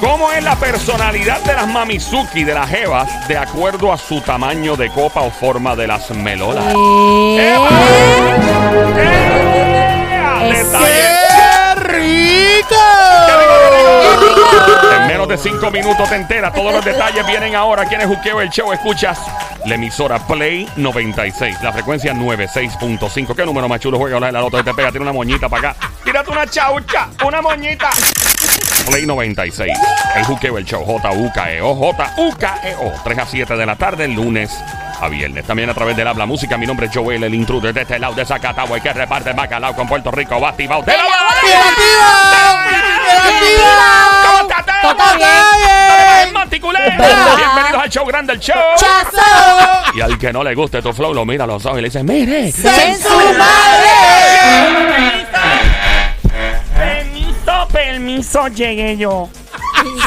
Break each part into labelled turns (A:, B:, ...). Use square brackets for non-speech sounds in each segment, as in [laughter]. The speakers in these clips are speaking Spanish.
A: ¿Cómo es la personalidad de las mamizuki, de las jevas, de acuerdo a su tamaño de copa o forma de las melolas? ¡Eva! ¡Ea! Detalle.
B: ¡Qué rico!
A: En menos de cinco minutos te entera. Todos los detalles vienen ahora. ¿Quién es Juqueo el Show? Escuchas la emisora Play 96. La frecuencia 96.5. ¿Qué número más chulo juega? Hola, la loto te pega. Tiene una moñita para acá. Tírate una chaucha. Una moñita. Play 96. El Juqueo el Show. J-U-K-E-O. J-U-K-E-O. 3 E a 7 de la tarde, lunes a viernes. También a través del Habla Música. Mi nombre es Joel, el intruder de este lado de Zacatagua. Y que reparte bacalao con Puerto Rico. Va activado. ¡De la
B: ¡Bien activo!
A: ¿Cómo estás? Teo?
B: ¡Todo bien!
A: Dale, Monticulé.
B: Venga.
A: Bienvenidos al show grande, el show.
B: ¡Chazo!
A: Y al que no le guste tu flow, lo mira a los ojos y le dice, mire.
B: ¡En su madre!
C: Permiso, permiso, llegué yo.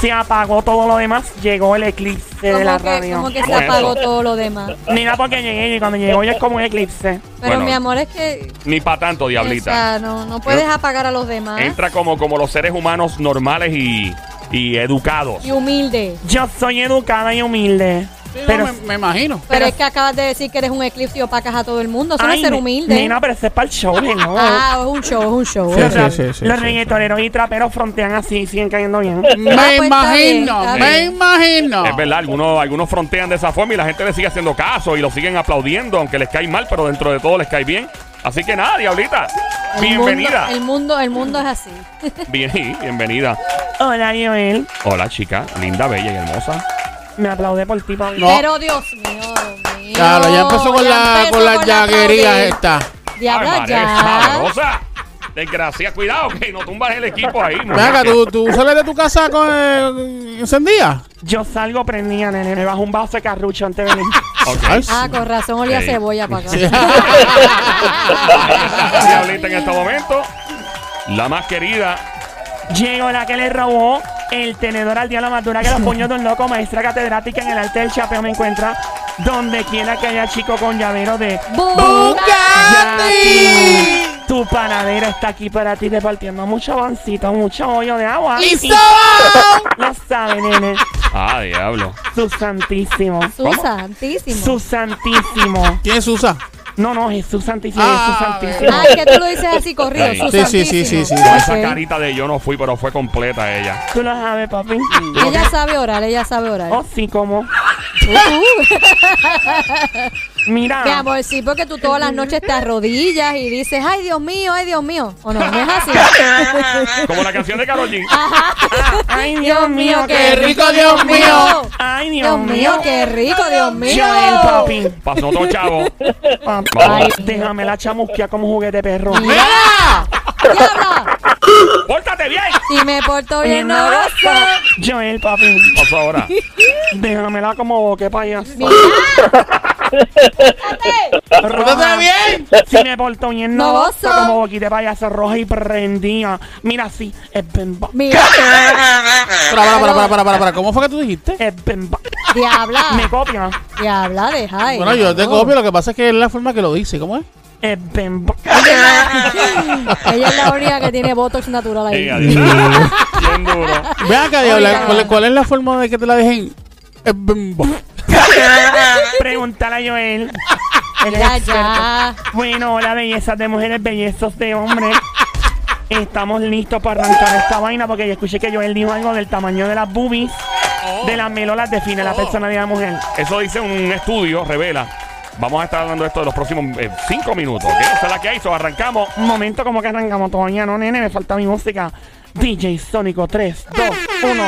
C: Se apagó todo lo demás, llegó el eclipse de la
D: Como que,
C: radio.
D: como que se
A: Bueno.
D: apagó todo lo demás.
C: Mira porque llegué y cuando llegó ya es como un eclipse.
D: Pero
A: Bueno.
D: mi amor es que.
A: Ni para tanto,
D: o
A: diablita.
D: sea, no, no puedes apagar a los demás.
A: Entra como, como los seres humanos normales y, y educados.
D: Y humilde.
C: Yo soy educada y humilde.
B: Sí, no,
C: Pero,
B: me, me imagino.
D: Pero
C: Pero-
D: es que acabas de decir que eres un eclipse y opacas a todo el mundo. Eso no es
C: Ay,
D: ser
C: ne-
D: humilde.
C: Nena, pero ese es para
D: [laughs]
C: el show, hello.
D: Ah, es un show, es un show.
B: Sí,
C: Los
B: sí,
C: rap-
B: sí, sí,
C: los
B: sí,
C: reggaetoneros y traperos frontean así, siguen cayendo bien.
B: Me
D: pues, está bien,
B: imagino,
D: está
B: me
D: bien.
B: imagino.
A: Es verdad, algunos, algunos frontean de esa forma y la gente le sigue haciendo caso y lo siguen aplaudiendo, aunque les cae mal, pero dentro de todo les cae bien. Así que nada, diablita.
D: El
A: Bienvenida.
D: mundo- el, mundo, el mundo es así.
A: Bien, bienvenida.
C: Hola, Joel.
A: Hola, chica. Linda, bella y hermosa.
C: Me aplaude por ti, Pablo.
B: No.
D: Pero Dios mío, Dios mío.
B: Claro, ya empezó con,
D: Ya
B: la, eh.
D: empezó
B: con las llaguerías
D: aplaudida.
B: esta.
D: Diabla,
A: Ay, María,
D: ya.
A: sabrosa. Desgracia, cuidado, que no tumbas el equipo ahí.
B: Venga,
A: muñeca.
B: ¿tú, tú sales de tu casa con eh, encendida.
C: Yo salgo prendida, nene. Me bajo un vaso de carrucho antes de
D: [laughs]
C: venir.
A: Ok.
B: Ay,
D: Ah, con razón olía
A: Ey.
D: cebolla
A: [laughs]
D: para
B: sí.
D: acá. [laughs]
A: Ahí está la diablita en este momento. La más querida.
C: Llegó la que le robó el tenedor al diablo más dura que los puños de un loco, maestra catedrática en el arte del chapeo me encuentra donde quiera que haya chico con llavero de
B: ¡Bugatti!
C: tu panadera está aquí para ti repartiendo mucho boncito, mucho hoyo de agua.
B: ¡Listo!
C: Lo sabe, nene.
A: Ah, diablo.
C: Su santísimo.
D: Su santísimo.
C: Su santísimo.
B: ¿Quién es Usa?
C: No, no, Jesús santísimo,
B: Ah,
C: Jesús
D: Ah,
C: santísimo.
D: es que tú lo dices así corrido.
A: Ey.
D: Su
B: Sí, sí, sí,
D: santísimo.
B: sí, sí.
A: Con esa
D: Ok.
A: carita de yo no fui, pero fue completa ella.
C: Tú lo sabes, papi.
D: Ella sabe orar, ella sabe orar.
C: Oh, sí, como. Mira.
D: Uh. Mi amor, sí, porque tú todas las noches te arrodillas y dices, ay Dios mío, ay Dios mío. O no, no
B: [laughs]
D: es así.
A: Como la canción de Karol G.
C: Ay,
D: Dios mío,
B: qué rico, Dios mío.
C: Ay,
D: Dios mío, qué rico, Dios mío.
C: Joel, papi.
A: Pasó todo chavo.
C: Papi,
A: Ay.
C: Déjame la chamusquia como juguete perro.
D: ¡Mira! ¡Diabla!
A: ¡Pórtate bien!
D: Si me porto bien, no lo sé.
C: Joel, papi.
A: Pasó ahora.
C: Déjamela como boque payaso.
B: [laughs] ¡Pórtate bien!
C: Si me porto bien, no
D: No
C: gozo.
D: gozo.
C: Como boquita payaso roja y prendía. Mira, sí. Es bemba.
D: Mira,
B: Para, para, para, para, para, para, para. ¿Cómo fue que tú dijiste?
C: Es bemba. Me
D: diabla,
C: copia.
D: diabla, deja eso.
B: Bueno, yo te copio, lo que pasa es que es la forma que lo dice. ¿Cómo es?
C: Es
D: [laughs]
C: bemba.
D: Ella es la única que tiene botox natural ahí.
A: Ey, adiós. "Ah, Bien duro.
B: Ve acá, diabla, ¿cuál, cuál es la forma de que te la dejen? Eh, bimbo.
C: Pregúntale a Joel. Él es
D: Ya,
C: experto.
D: ya.
C: Bueno, hola bellezas de mujeres, bellezas de hombres. Estamos listos para arrancar esta vaina porque yo escuché que Joel dijo algo del tamaño de las boobies, de las melolas, define la personalidad de la mujer.
A: Eso dice un estudio, revela. Vamos a estar hablando de esto en los próximos eh, cinco minutos. ¿ok? Esa es la que hizo. Arrancamos.
C: Un momento como que arrancamos todavía, no nene, me falta mi música. DJ Sónico 3, 2, 1,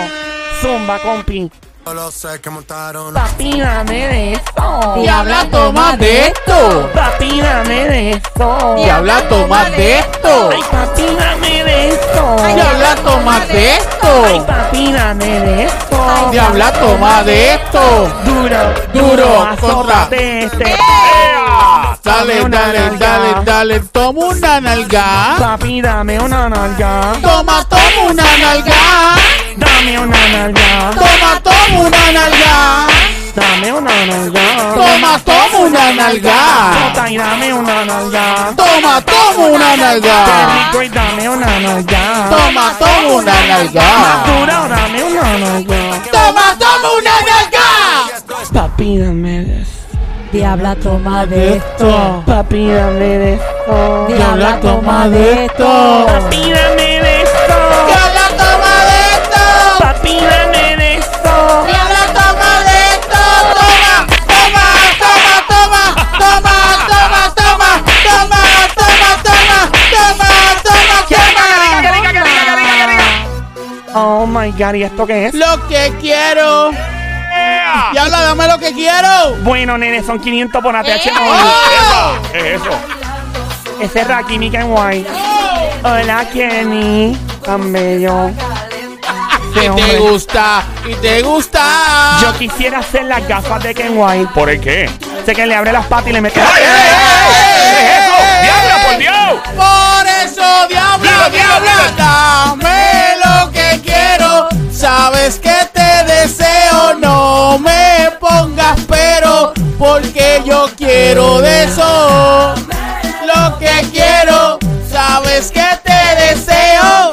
C: zumba compi.
E: Yo lo sé eh, que montaron.
C: Papi, dame de eso.
B: Diabla, toma de esto.
C: Papi, dame de eso.
B: Diabla, toma de esto.
C: Ay, papi, dame de eso.
B: Diabla, toma de
C: Ay,
B: esto.
C: papi, dame de eso.
B: Diabla, toma de esto.
C: Duro,
B: Duro, ¡Eh!
C: azótate este.
A: ¡Ea!
B: Dale, dale, dale, dale. Toma una nalga.
C: Papi, dame una nalga.
B: Toma, toma una nalga.
C: Dame una nalga.
B: Toma, toma una nalga.
C: Dame una nalga.
B: Toma, toma una nalga.
C: Tota y dame una nalga.
B: Toma, toma una
C: Qué
B: nalga.
C: rico y dame una nalga.
B: Toma, toma una nalga.
C: Dura, dame una nalga.
B: Toma, toma una nalga.
C: Papi, dame de esto.
D: Diabla, toma de esto.
C: Papi, dame de esto.
D: Diabla, toma de esto.
C: Papi, dame de esto.
B: Diabla, toma de esto.
C: Papi, dame de esto.
B: Diabla, toma de esto. Toma, toma, toma, toma. Toma, toma, toma. Toma, toma, toma. Toma, toma, toma.
C: Oh my god, ¿y esto qué es?
B: Lo que quiero.
A: ¡Ea!
B: Diabla, dame lo que quiero.
C: Bueno, nene, son 500 por ATH.
D: Eh.
B: ¡Oh!
A: ¡Epa! Es eso.
D: Oh.
C: Ese es Rakimi Kenway. Hola, Kenny. Tan bello. Qué
B: Y te
C: hombre.
B: gusta, y te gusta.
C: Yo quisiera hacer las gafas de Ken White.
A: ¿Por el qué?
C: Sé que le abre las patas y le mete.
A: ¡Ey, ey, ey! ey! ¡Es eso! ¡Diabla, por Dios!
B: Por eso,
A: Diabla,
B: diabla,
A: diabla.
B: diabla, dame lo que quiero. Sabes que te deseo, no me pongas pero, porque yo quiero de eso. Lo que quiero, sabes que te deseo.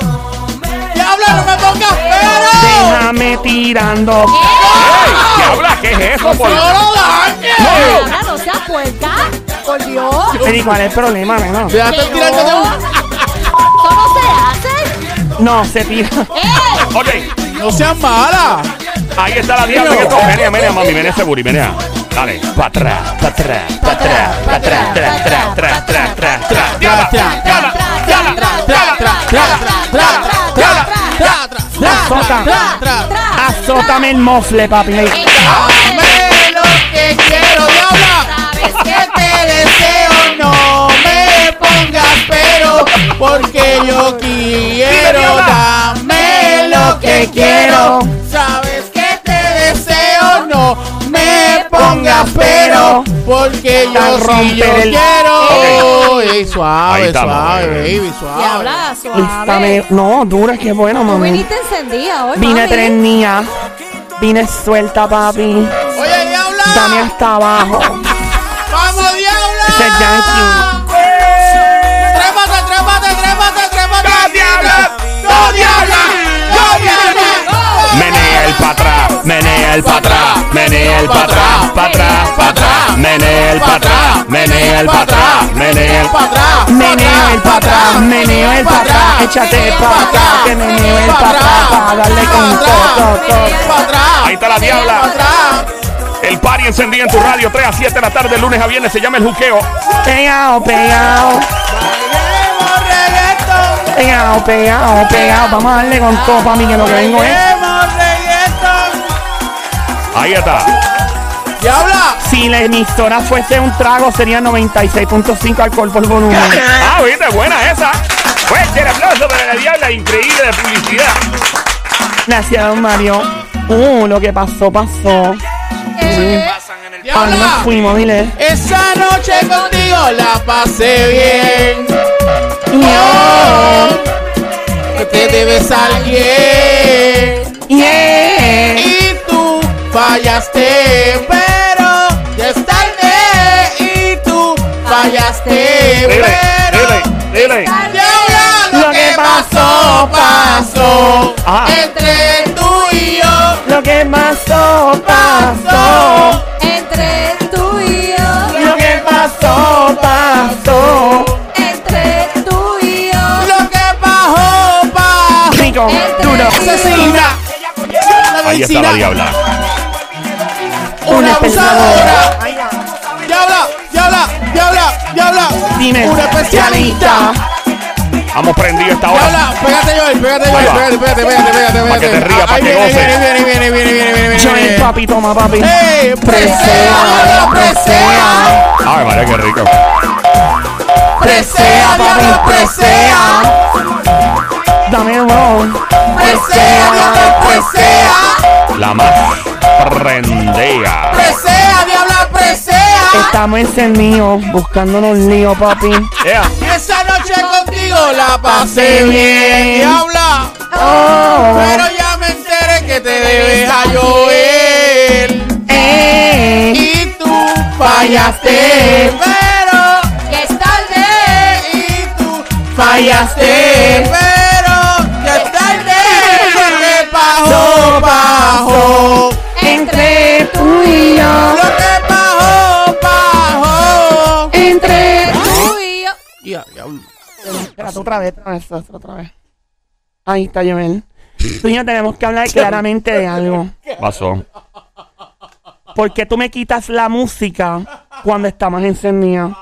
B: Diabla, no me pongas pero.
C: Déjame tirando.
D: Eh.
A: ¡Ey! ¡Diabla, ¡Ah! qué es eso, por
B: No lo dañes.
D: Diabla, no seas puerca. Por Dios.
C: Me di cuál es el problema, nena?
B: Déjate
D: Que
B: tirar,
D: no.
B: que
D: Eso no se hace.
C: No, se tira.
D: ¡Eh!
A: Ok,
B: te- No seas mala.
A: ahí está la diabla. en esto. Menea, menea, mami, menea ese booty, menea. Dale, pa' atrás, pa' atrás, pa' atrás, pa' atrás, tra, tra, tra, tra, tra, tra. Diabla,
B: Tra,
A: diabla, diabla,
B: Tra, tra, tra, tra, tra, tra, tra, tra,
C: Azota.
B: tra, tra.
C: Azótame el mofle, papi.
B: Dame lo que quiero, diabla.
D: ¿Sabes
B: Que te deseo, no me pongas pero, porque yo quiero. Dame lo que quiero. Sabes que te deseo, no me pongas pero, porque yo sí yo
C: Romper el-
B: quiero. Ey,
A: Ahí
B: suave,
A: estamos,
B: suave,
A: eh.
B: baby, suave.
D: Diabla,
C: Lístame.
D: suave.
C: No, dura, qué bueno,
D: Tú
C: mami.
D: viniste encendida hoy,
C: Vine
D: mami.
C: tres días. Vine suelta, papi.
B: Oye, diabla.
C: Dame hasta abajo.
B: ¡Vamos,
C: Ese es
B: diabla!
C: Yankee.
B: ¡Trépate, trépate, trépate, trépate!
A: ¡No, diabla!
B: ¡No, diabla! ¡No, diabla!
A: Menea el pa' atrás, menea el pa' atrás, menea el pa' atrás, pa' atrás, pa' atrás, menea el pa' atrás, menea el pa' atrás, menea el pa' atrás.
B: atrás,
C: Meneo el pa' atrás, meneo el pa' atrás, échate pa' atrás, que meneo el pa' atrás, para darle con todo, todo.
B: pa' atrás,
A: Ahí está la
B: pa'
A: diabla.
B: atrás.
A: El party encendido en tu radio, 3 a 7 de la tarde, lunes a viernes, se llama el juqueo.
C: Pegao, pegao,
B: Bailemos reggaetón,
C: pegao, pegao, pegao. Vamos a darle con todo, mí que lo que vengo es.
B: bailemos reggaetón.
A: Ahí está.
B: ¡Diabla!
C: Si la emisora fuese un trago, sería 96.5 alcohol por volumen.
A: Ah, viste, buena esa. Fuerte el aplauso para la diabla, increíble de publicidad.
C: Gracias, don Mario. Uh, lo que pasó, pasó.
D: Eh,
C: Ahora nos
B: ¡Diabla!
C: fuimos, dile.
B: Esa noche contigo la pasé bien.
C: Yeah,
B: que te debes a alguien
C: yeah.
B: y tú fallaste, pero ya es tarde y tú fallaste,
A: Dile,
B: pero
A: dile, dile.
B: ya lo, lo que pasó pasó Ah.
C: Ajá.
B: entre tú y yo
C: Lo que pasó, pasó.
B: pasó,
D: Entre tú y yo.
C: Lo que pasó, pasó.
D: Entre tú y yo.
B: lo que pasó pasó.
C: Rico, duro.
B: Asesina, una
A: Ahí está la
B: vecina,
A: diabla.
B: una abusadora.
C: Ahí va.
B: Diabla, diabla, diabla, diabla.
C: Dime.
B: Una especialista.
A: Hemos prendido esta hora.
B: Diabla, pégate Joel, pégate
A: Ahí
B: Joel,
A: va.
B: pégate, pégate, pégate, pégate,
A: Pa' que
B: pégate.
A: te rías,
B: Ah,
A: pa'
B: ahí
A: que
B: viene,
A: goces.
B: viene, viene, viene, viene, viene, viene,
C: Johnny,
B: viene.
C: papi, toma, papi.
B: ¡Ey! ¡Presea! ¡Presea!
A: Ay, María, qué rico.
B: ¡Presea, diablo, presea!
C: Dame roll.
B: ¡Presea, diablo, presea!
A: La más prendida.
B: ¡Presea, diablo, presea!
C: Estamos encendidos, buscándonos lío, papi.
A: Ea.
B: Esa noche contigo la pasé bien, diabla.
C: Oh,
B: Pero ya me enteré que te debes a Joel.
C: eh.
B: fallaste, pero eh,
D: Que es tarde.
B: y tú fallaste, pero ya es tarde, lo que pasó, pasó,
D: Entre tú y yo.
B: lo que pasó, pasó.
D: Entre tú y yo.
B: Ya, diablo.
C: Espérate, otra vez, otra vez, otra otra vez. Ahí está, Joel. Tú y yo tenemos que hablar claramente de algo.
A: Pasó.
C: ¿Por qué tú me quitas la música cuando está más encendida?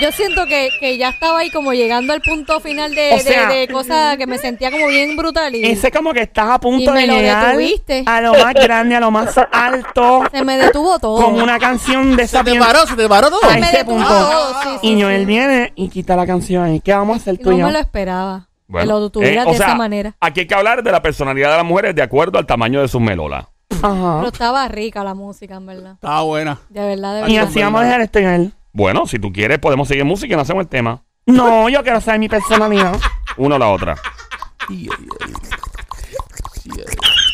D: Yo siento que, que ya estaba ahí como llegando al punto final de,
C: O
D: de-
C: sea,
D: de cosas que me sentía como bien brutal y
C: Ese como que estás a punto
D: Y me
C: de
D: lo
C: llegar
D: detuviste.
C: a lo más grande, a lo más alto,
D: se me detuvo todo.
C: como una canción de
B: Se
C: esa
B: te
C: bien-
B: paró, se te paró todo.
C: a
D: Me
C: ese
D: detuvo
C: punto.
D: todo, sí, sí,
C: Y Joel
D: sí.
C: viene y quita la canción ahí. ¿Qué vamos a hacer tú
D: No
C: y yo?
D: me lo esperaba.
A: Bueno,
D: que lo
A: eh,
D: detuvieras
A: o
D: de
A: sea,
D: esa manera.
A: Aquí hay que hablar de la personalidad de las mujeres de acuerdo al tamaño de sus melolas.
C: Ajá.
D: Pero estaba rica la música, en verdad.
B: Estaba buena.
D: De verdad, de
C: Y
D: verdad.
C: así vamos a dejar esto, Joel.
A: Bueno, si tú quieres, podemos seguir música y no hacemos el tema.
C: No, yo quiero saber mi personalidad.
A: Una o la otra.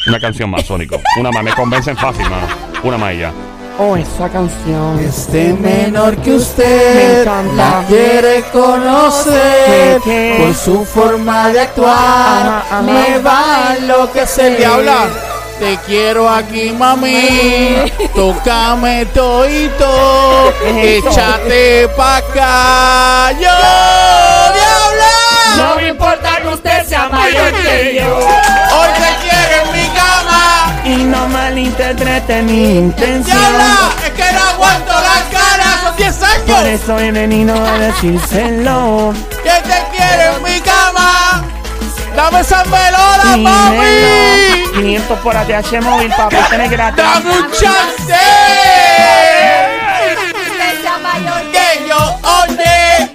A: Una canción más, Sónico. Una más. Me convencen fácil, mano. Una más y ya.
C: Oh, esa canción.
B: Este menor que
C: Me
B: usted
C: encanta.
B: la quiere conocer
C: ¿Qué, qué?
B: por su forma de actuar.
C: Ajá, ajá.
B: Me va a enloquecer. Diabla, te quiero aquí, mami.
C: [laughs]
B: Tócame toito.
C: ¿Qué es eso?
B: Échate pa' acá. Yo, diabla,
C: me importa que usted sea mayor que yo.
B: hoy te quiero en mi cama.
C: Y no malinterprete mi intención.
B: Diabla, es que no aguanto las caras. Son 10
C: Por
B: años
C: eso he venido [laughs] a decírselo.
B: que te quiero en mi cama. Dame esa melona,
C: Dímelo.
B: papi.
C: 500 por ATH móvil, papi. Tiene gratis.
B: Dame un chance.
D: Usted sea mayor que-
B: Que yo oye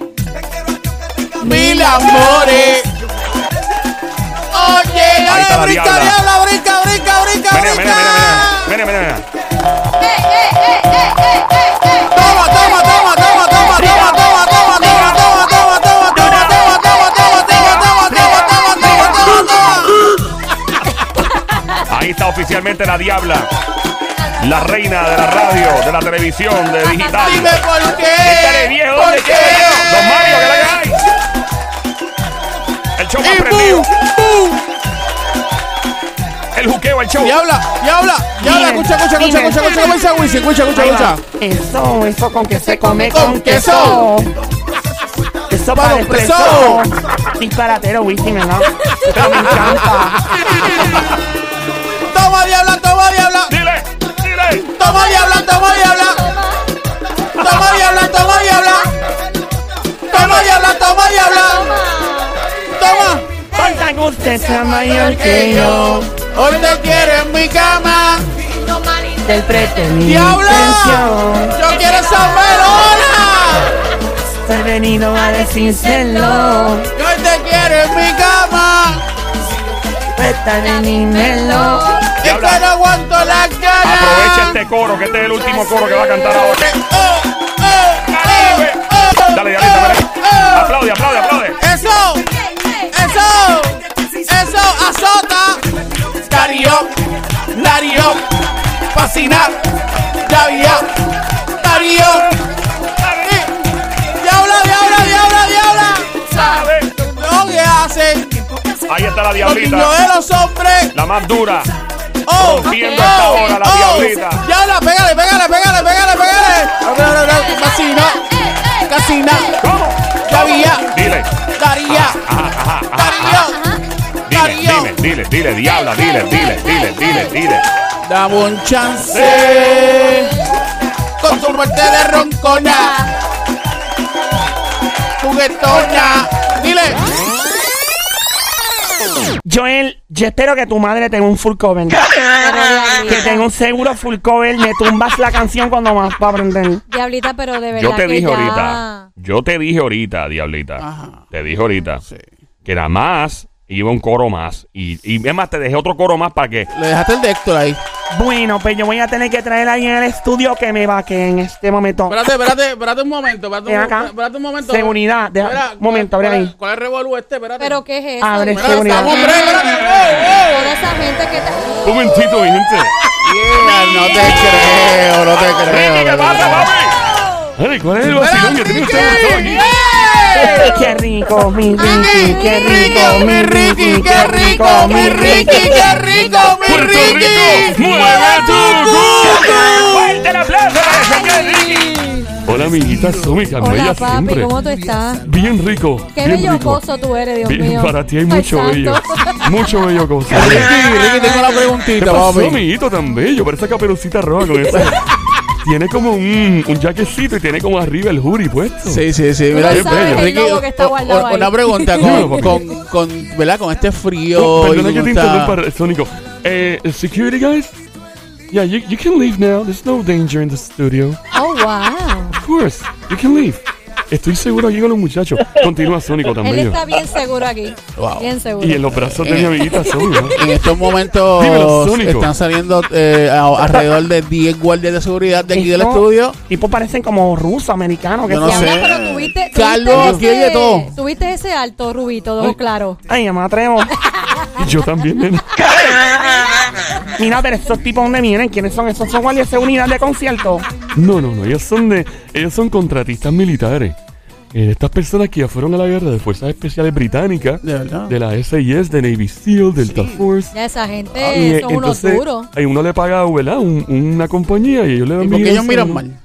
B: mil amores. Oye,
A: Ahí está la
B: dale, brinca,
A: diabla.
B: diabla, brinca, brinca, brinca,
A: Mira, mira,
B: brinca.
A: mira, mira. Mira, mira, mira.
B: Toma, toma, toma, toma, toma, toma, toma, toma, toma, toma, toma, toma, toma, toma, toma, toma, toma, toma, toma, toma, toma, toma.
A: Ahí está oficialmente la diabla. La reina de la radio, de la televisión, de digital.
B: Dime por qué.
A: Métale viejo
B: ¿Por
A: donde
B: qué?
A: quiera. Don Mario, que la hay. El show más
B: Y
A: prendido.
B: boom, boom.
A: El juqueo, el show.
B: Diabla, diabla, diabla,
C: Dime,
B: escucha, escucha, escucha,
C: dime.
B: escucha, escucha, cómo dice Wisin, escucha, escucha,
C: Ahí va.
B: escucha.
C: Eso, eso con que se come
B: Con
C: con,
B: queso.
C: queso. Eso para
B: Vamos,
C: el preso. Disparatero,
B: [laughs]
C: Wisin, ¿verdad? Eso me encanta.
B: Toma, diabla, toma, diabla,
A: Dile, dile.
B: toma, diabla, toma, diabla. Toma, diabla, toma, diabla. Toma, diabla, toma, diabla. Toma.
C: Falta que usted sea mayor
B: Que
C: que yo.
B: yo hoy te quiero en mi cama.
C: Interprete mi
B: Diabla,
C: intención.
B: yo quiero esa melona.
C: He venido a decírselo.
B: Yo hoy te quiero en mi cama.
C: Pétale, dímelo.
B: Es
A: Diabla.
B: que no aguanto las ganas.
A: Aprovecha este coro, que este es el último coro que va a cantar ahora.
B: Oh, oh,
A: Dale,
B: oh, oh,
A: Dale, diablita,
B: oh, oh.
A: dale. Aplaude, aplaude, aplaude.
B: Eso, eso, eso, azota. Darío, Darío, fascinar, Darío, Darío. Eh, Y- Diabla, diabla, diabla, diabla. Ah.
A: Dale.
B: Lo que hacen
A: Ahí está la
B: los niños
A: diablita.
B: de los hombres.
A: La más dura.
B: Oh,
A: Rompiendo
D: Ok.
A: hasta ahora la
B: oh.
A: diablita.
B: Diabla, pégale, pégale, pégale, pégale, pégale. Casina, casina,
A: ¿Cómo?
B: Daría,
A: Dile.
B: Daría,
A: Ajá, ajá, ajá.
B: Darío.
A: Dile, dile, dile, dile, diabla, dile, dile, dile, dile, dile.
B: Dame un chance con tu muerte de roncona, juguetona. Dile,
C: Joel, yo espero que tu madre tenga un full
B: [laughs]
C: cover.
D: Pero diablita,
C: Que tenga un seguro full cover. Me tumbas la canción cuando más para aprender.
D: Diablita, pero de verdad
A: Yo te
D: que
A: dije
D: ya-
A: ahorita. Yo te dije ahorita, diablita.
B: Ajá.
A: Te dije ahorita. Que nada más iba un coro más. Y, y es más, te dejé otro coro más para que.
B: le dejaste el de Héctor ahí.
C: Bueno, pues yo voy a tener que traer a alguien al estudio que me vaque en este momento.
B: Espérate, espérate, espérate un momento, espérate
C: Ven
B: un,
C: acá.
B: espérate un momento.
C: Seguridad, deja-
B: Espera,
C: momento,
B: ¿cuál-
C: abre ahí.
B: ¿Cuál, cuál es el revolú este? Espérate.
D: Pero ¿qué es eso? Diablita?
C: Abre,
B: Espérate,
C: Seguridad.
B: estamos, hombre, espérate,
D: Toda esa gente que está...
A: Un momentito, mi gente.
B: Yeah, no te creo, no te creo.
A: Ricky, ¿qué
B: no te
A: pasa,
B: creo.
A: papi? Ay, ¿Cuál es el vacilón que tiene usted? doctor, aquí?
C: Qué rico, mi Ricky,
B: Ricky,
C: qué rico, mi Ricky,
B: qué rico, mi Ricky, qué rico, mi
A: Puerto Rico,
B: Ricky.
A: mueve tu culo.
C: ¡Fuerte el aplauso para el señor Ricky!
A: Hola, amiguita Sónica,
D: Hola,
A: bella
D: papi,
A: siempre.
D: ¿cómo tú estás?
A: Bien rico.
D: Qué
A: bien
D: bello
A: rico.
D: pozo tú eres, Dios
A: Bien,
D: mío.
A: para ti hay
D: Ay,
A: mucho
D: santo.
A: bello. Mucho bello cosa.
D: [laughs]
B: Ricky, Ricky, tengo la
A: ¿Qué
B: preguntita,
A: pasó,
B: papi.
A: amiguito tan bello? Parece caperucita roja con esa. [laughs] tiene como un, un jaquecito y tiene como arriba el hoodie puesto.
B: Sí, sí, sí. Mira,
D: Tú no sabes el lobo que está
B: o- o-
D: guardado ahí.
B: una pregunta
A: Dímelo,
B: con,
A: papi.
B: con, con, ¿verdad? Con este
A: No,
B: frío y
A: Oh, perdona que
B: con
A: te
B: esta-
A: interrumpa, Sónico. Eh, security guys? Yeah, you, you can leave now. There's no danger in the studio.
D: [laughs] Oh, wow.
A: Of course, you can leave. Estoy seguro aquí con los muchachos. Continúa Sónico tan
D: Él
A: bello.
D: está bien seguro aquí.
B: Wow.
D: Bien seguro.
A: Y en los brazos de mi
D: [laughs]
A: amiguita Sónico.
B: En estos
A: Dímelo,
B: momentos
A: Sónico.
B: están saliendo eh, a- alrededor de 10 guardias de seguridad de aquí del
C: Esto-
B: estudios.
C: Tipo parecen como rusos, americanos. Que
B: Yo no
C: se-
D: Diabla,
B: sé.
D: pero tuviste, tuviste
B: Carlos, aquí hay de
D: ese-
B: todo.
D: Tuviste ese alto, Rubito, dos claro.
C: Ay, yo me atrevo.
A: Y yo también, nena.
C: Mira, pero esos tipos, ¿dónde vienen? ¿Quiénes son esos? ¿Son guardias de seguridad de concierto?
A: No, no, no. Ellos son de, ellos son contratistas militares. Eh, estas personas que ya fueron a la guerra de Fuerzas Especiales Británicas,
B: De verdad.
A: de la SIS, de Navy SEAL, del Task Force.
D: Ya esa gente
A: Y, eh,
D: son unos
A: entonces,
D: duros.
A: ahí uno le paga, ¿verdad? Un- una compañía y ellos le dan
B: ¿Y por qué
A: miras
B: ellos miran
A: al-
B: mal?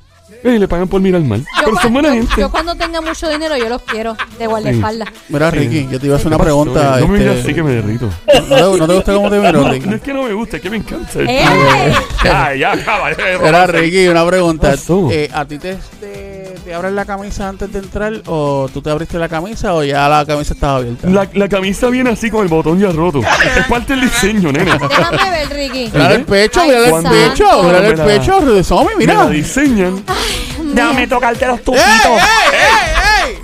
A: Eh, Y le pagan por mirar mal.
D: Yo,
A: Pero
D: cua-
A: son buena
D: yo-
A: gente.
D: yo cuando tenga mucho dinero, yo los quiero de guardaespaldas.
B: Mira, Ricky, yo te iba a hacer una
A: Pasó,
B: pregunta.
A: No me mires
B: este,
A: así que
B: [laughs]
A: me derrito.
B: ¿no te- ¿No te gusta cómo te miro,
A: No
B: Ricky?
A: es que no me guste, es que me encanta.
D: ¡Eh! ¡Ey!
A: Ya, ya, eh, caballero.
B: Era Ricky, una pregunta.
A: Pasó.
B: Eh, ¿A ti te, te, te abres la camisa antes de entrar o tú te abriste la camisa o ya la camisa estaba abierta?
A: La, la camisa viene así con el botón ya roto. es parte del diseño, nena.
D: Déjame ver,
A: [laughs]
D: Ricky.
B: Mira el pecho,
D: Ay,
B: mira el
D: santo.
B: pecho, mira el
A: Mira.
B: pecho, Somi,
A: Me
B: mira.
A: la diseñan.
C: Déjame tocarte los tupitos.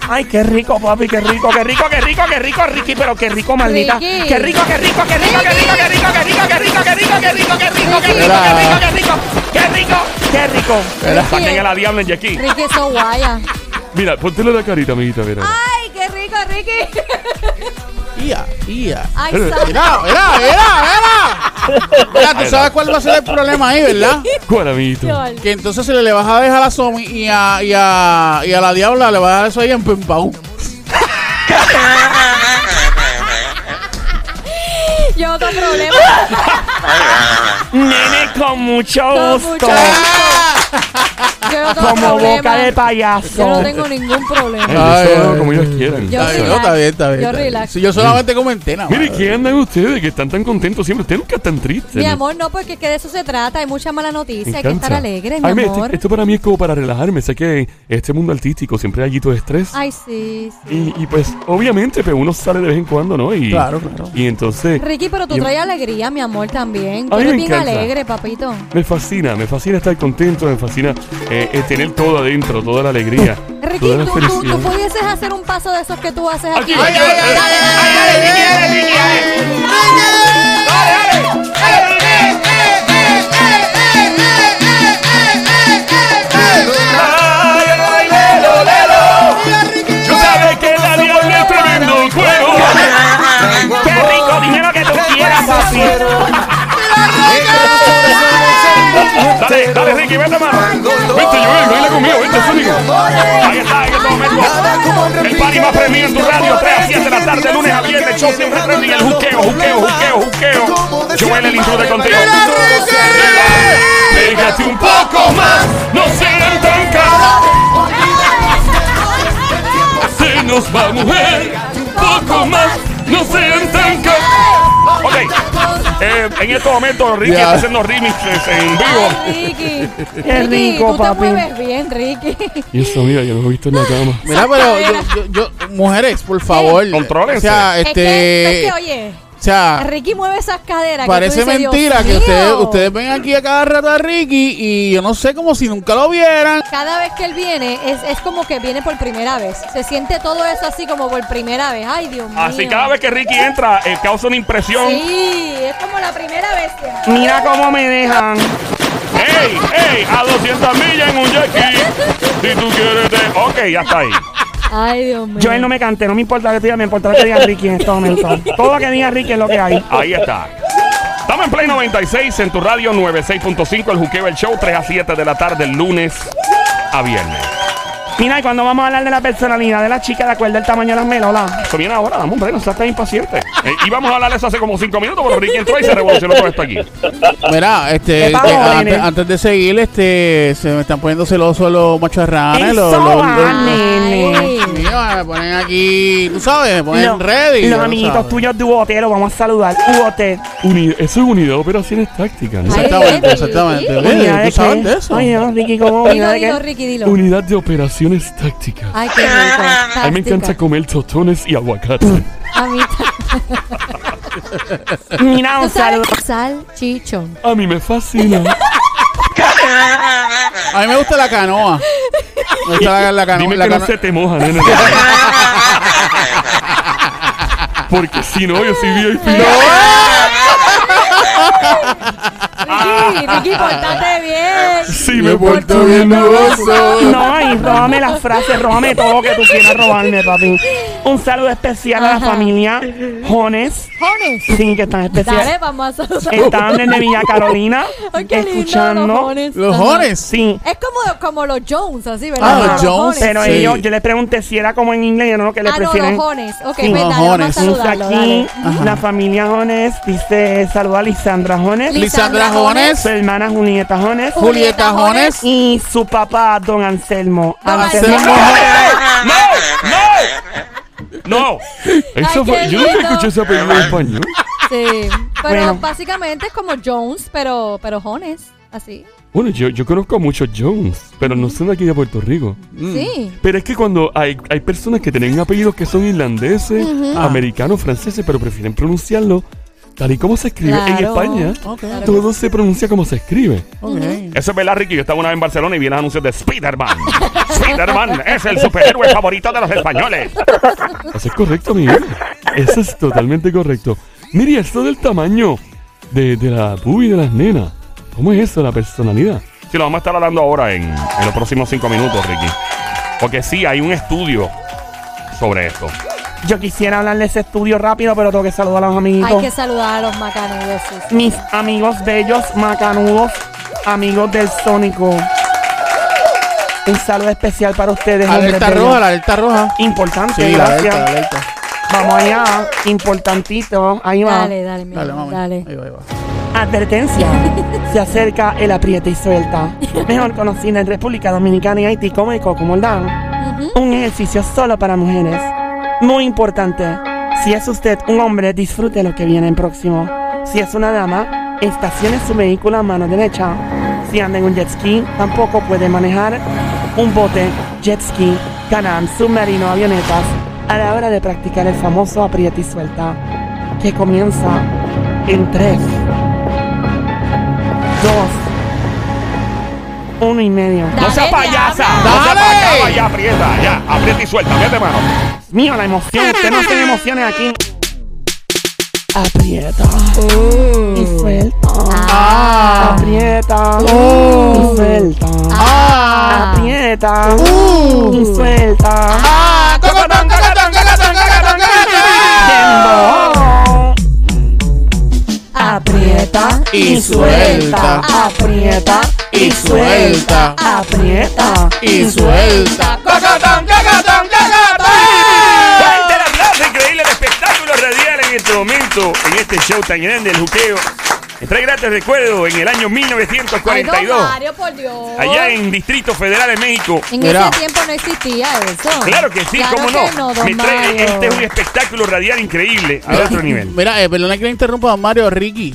C: Ay, qué rico, papi, qué rico, qué rico, qué rico, qué rico, Ricky, pero qué rico, maldita.
D: Ricky.
C: Qué rico, qué rico, qué rico, qué rico, qué rico, qué rico, qué rico, qué rico, qué rico, qué rico, qué rico, qué rico,
B: Mira.
C: qué rico, qué rico, qué rico.
B: Mira.
A: Saquen a la diabla en aquí.
D: Ricky, eso guaya.
A: Mira, ponle la carita, amiguita, mira.
D: ¡Ay, qué rico,
A: [laughs]
D: Ricky!
B: Ia, ia.
D: ¡Ay, santo!
B: Mira, mira, mira, mira. Mira, tú sabes cuál va a ser el problema ahí, ¿verdad?
A: ¿Cuál, amiguito?
B: Que entonces se le vas a dejar a Somi y a, y a, y a la diabla le vas a dejar eso ahí en Pimpau.
D: Yo otro problema.
C: Nene, con mucho
D: Con
C: gusto.
D: mucho Yo otro
C: Como
D: problema.
C: boca de
D: Yo no
C: payaso.
D: tengo ningún
A: Ay,
D: problema.
A: ellos
B: Ay,
A: son
B: ay,
A: como ellos quieran.
D: Yo
B: Está bien,
D: relax.
B: no, está bien, está bien.
D: Yo
B: está bien.
D: relax.
B: Si yo solamente comenté nada más.
A: Mire, ¿qué andan ustedes que están tan contentos siempre? Ustedes nunca están tristes.
D: Mi
A: ¿no?
D: amor, no, porque es que de eso se trata. Hay mucha mala
A: Me
D: noticia. Hay que
A: encanta.
D: estar alegre, mi
A: Ay, mira, este-
D: amor.
A: esto para mí es como para relajarme. Sé que este mundo artístico siempre hay guito de estrés.
D: Ay, sí. sí.
A: Y, y, pues, obviamente, pero uno sale de vez en cuando, ¿no? Y,
B: Claro, claro.
A: Y entonces,
D: Ricky, pero tú
A: Y-
D: traes alegría, mi amor, también. Tú
A: A mí
D: eres
A: me
D: bien
A: encanta.
D: alegre, papito.
A: me fascina, me fascina estar contento, me fascina eh, eh, tener todo adentro, toda la alegría.
D: Ricky,
A: toda la
D: tú, tú, tú
A: felicidad.
D: pudieses hacer un paso de esos que tú haces
A: Aquí,
D: aquí.
A: aquí, aquí, aquí. Tú sabes que la diabla es tremendo juego.
C: Qué rico, dinero que tú quieras, papi.
A: Dale, dale, Ricky, vete más. Vente, Joel, baila conmigo, vente, Sónico. Ahí está, ahí está, momento. El party más prendido en tu radio, 3 a 7 de la tarde, lunes a viernes, show siempre prendido, el juqueo, juqueo, juqueo, juqueo. Joel, el intruder contigo. Pégate un poco más, no serán tan caros. Se nos va, mujer, un poco más, no serán tan caros. Ok, eh, en estos momentos Ricky
B: Ya.
A: está haciendo remixes en vivo.
D: Ay, Ricky.
C: Qué
D: Ricky,
C: rico,
D: tú
C: papi.
D: te mueves bien, Ricky.
A: Y eso, mira, yo lo he visto en la cama.
B: Mira, pero yo, yo, yo- mujeres, por favor.
A: Contrólense.
B: O sea,
D: Es que,
B: este.
D: es que, oye,
B: O sea,
D: Ricky mueve esas caderas. que tú
B: parece
D: dices, Dios
B: mentira que ustedes,
D: mío.
B: ustedes ven aquí a cada rato a Ricky y yo no sé como si nunca lo vieran.
D: Cada vez que él viene, es, es como que viene por primera vez. Se siente todo eso así como por primera vez. Ay, Dios mío.
A: Así cada vez que Ricky entra, eh, causa una impresión.
D: Sí, es como la primera vez. que-
C: Mira cómo me dejan.
A: ¡Ey! ¡Ey! A 200 millas en un jackie. Si tú quieres, te... Ok, ya está ahí.
D: Ay, Dios mío.
C: Joel no me cante, no me importa que tú digas, me importa que diga Ricky en este momento. Todo lo que diga Ricky es lo que hay.
A: Ahí está. Estamos Estamos en Play 96, en tu radio 96.5, el Juqueo, el show, 3 a 7 de la tarde, lunes a viernes.
C: Mira, y cuando vamos a hablar de la personalidad de la chica, de acuerdo al tamaño de las melolas.
A: Eso viene ahora, dame un break, no seas tan impaciente. Eh, y vamos a hablar de eso hace como 5 minutos, pero Ricky entró y se revolucionó todo esto aquí.
B: Mira, este,
C: ¿Qué pasó,
B: eh, antes,
C: nene?
B: antes de seguir, este, se me están poniendo celosos los machos de rana.
C: Eso
B: Los, los-
C: va,
B: los-
D: Ay.
C: nene.
B: Mira, me ponen aquí, tú sabes, me ponen
C: Lo-
B: Pues ready.
C: Los
B: tú
C: amiguitos
B: sabes.
C: tuyos de UOT los vamos a saludar. UOT.
A: eso es unidad de operaciones tácticas,
D: ¿no? Ay.
B: Exactamente,
D: Ay,
B: exactamente.
D: Ricky.
B: Oye,
C: Unidad
B: ¿Tú
C: de
B: sabes
C: qué?
B: de eso?
C: este. Ay, Dios, Ricky, ¿cómo?
D: Dilo,
C: ¿Unidad de
D: dilo,
C: qué?
D: Ricky, dilo.
A: Unidad de operaciones tácticas.
D: Ay, qué rico.
A: A mí me encanta comer tostones y aguacate.
D: A mí ta-
C: Mira,
D: ¿Tú
C: un
D: sabes?
C: saludo.
A: [laughs]
D: Salchichón.
A: A mí me fascina.
B: A mí me gusta la canoa. Me gusta la, la canoa.
A: Dime
B: la
A: que no
B: canoa.
A: se te moja, nene. Porque si no, yo soy VIP.
D: Ricky, Ricky, portate bien.
A: Si me porto
B: porto bien, no lo soy.
D: [laughs]
C: No, y róbame las frases, róbame todo lo que tú quieras robarme, papi. Un saludo especial a la
D: Ajá.
C: familia Jones.
D: Jones.
C: Sí, que están
D: Dale,
C: especiales.
D: vamos a saludar.
C: Están desde Villa Carolina
D: [laughs] Ay, qué lindo, los
C: escuchando.
D: Jones.
B: Los
D: Ajá.
B: jones.
C: Sí.
D: Es como, como los Jones, así,
B: Ah, los
D: ¿verdad? Como
B: Jones.
D: Jones.
C: Pero
B: Sí.
C: ellos, yo les pregunté si era como en inglés, yo no lo que les
D: Ah, no,
C: prefieren.
D: los Jones. Ok,
C: Sí.
D: pues dale,
B: Los
D: vamos a
B: Jones.
C: Entonces
D: saludarlo,
C: aquí
D: dale.
C: la familia Jones dice saluda a Lisandra Jones,
D: Li-
B: Lisandra
D: Lisandra
B: Jones.
C: su hermana Julieta Jones
D: Oh.
B: Julieta Jones.
C: y su papá Don Anselmo.
D: Don
B: Anselmo
D: Anselmo.
B: Jones.
A: ¡No! ¡No! ¡No! Eso fue.
D: Ay, qué
A: Yo nunca
D: lindo.
A: escuché esa película en español.
D: Sí. Pero
C: Bueno.
D: básicamente es como Jones, pero, pero Jones. Así.
A: Bueno, yo, yo conozco a muchos Jones, pero no son de aquí de Puerto Rico.
B: Mm.
D: Sí.
A: Pero es que cuando hay, hay personas que tienen apellidos que son irlandeses, americanos, franceses, pero prefieren pronunciarlo tal y como se escribe en
D: Claro.
A: España.
B: Ok.
A: Todo se pronuncia como se escribe.
B: ok.
A: Eso es verdad, Ricky. Yo estaba una vez en Barcelona y vi los anuncios de Spider-Man. [laughs] Spider-Man es el superhéroe favorito de los españoles. Eso es correcto, Miguel. Eso es totalmente correcto. Mire, esto del tamaño de, de la y de las nenas. ¿Cómo es eso, la personalidad? Sí, lo vamos a estar hablando ahora en, en los próximos cinco minutos, Ricky. Porque sí, hay un estudio sobre esto.
C: Yo quisiera hablar de ese estudio rápido, pero tengo que saludar a los
D: Hay
C: amiguitos.
D: que saludar a los macanudos. sí, sí.
C: pues. Mis amigos bellos, macanudos, amigos del Sónico. Un saludo especial para ustedes. hombres
B: Alerta
C: bellos.
B: roja, la alerta roja.
C: Importante,
B: Sí, la
C: gracias.
B: alerta, la alerta.
C: Vamos allá, importantito. Ahí va.
D: Dale, dale, mi
B: Dale,
D: amor,
B: mami.
D: dale.
B: Ahí va, ahí va.
C: Advertencia. Se acerca el aprieta y suelta. Mejor conocida en República Dominicana y Haití como el Coco Moldán. Un ejercicio solo para mujeres. Muy importante. Si es usted un hombre, disfrute lo que viene en próximo. Si es una dama, estacione su vehículo a mano derecha. Si anda en un jet ski, tampoco puede manejar un bote, jet ski, canam, submarino, avionetas. A la hora de practicar el famoso aprieta y suelta, que comienza en 3, Dos. Uno y medio.
A: ¡No seas
D: Dale,
A: payasa!
D: diabla.
A: ¡No seas
B: Dale.
A: payasa! ¡Vaya, aprieta! ¡Ya! ¡Aprieta y suelta! ¡Mete mano!
C: Mío, la emoción. Usted no tiene emociones aquí. Aprieta. Y suelta.
B: Ah,
C: Aprieta. Y suelta.
B: ah,
C: Aprieta.
B: Uh.
C: Y suelta.
B: ah, cocotón, cocotón, cocotón, cocotón, cocotón.
C: Dembow.
D: ah, Aprieta
B: Y suelta,
D: aprieta
B: y suelta,
C: Aprieta.
B: y suelta. Cocotón, cocotón, cocotón.
A: ¡Fuerte el aplauso! Increíble el espectáculo radial en este momento, en este show tan grande, el juqueo. Me trae gratos recuerdos en el año
D: Ay, don
A: 1942,
D: Mario, por Dios.
A: allá en Distrito Federal de México.
D: En
B: Mira.
D: ese tiempo no existía eso.
A: Claro que sí,
D: claro
A: cómo
D: que
A: no.
D: don
A: Me trae-
D: Mario.
A: este es un espectáculo radial increíble, a otro nivel.
B: Mira, eh, perdona que le interrumpa, don Mario, Ricky.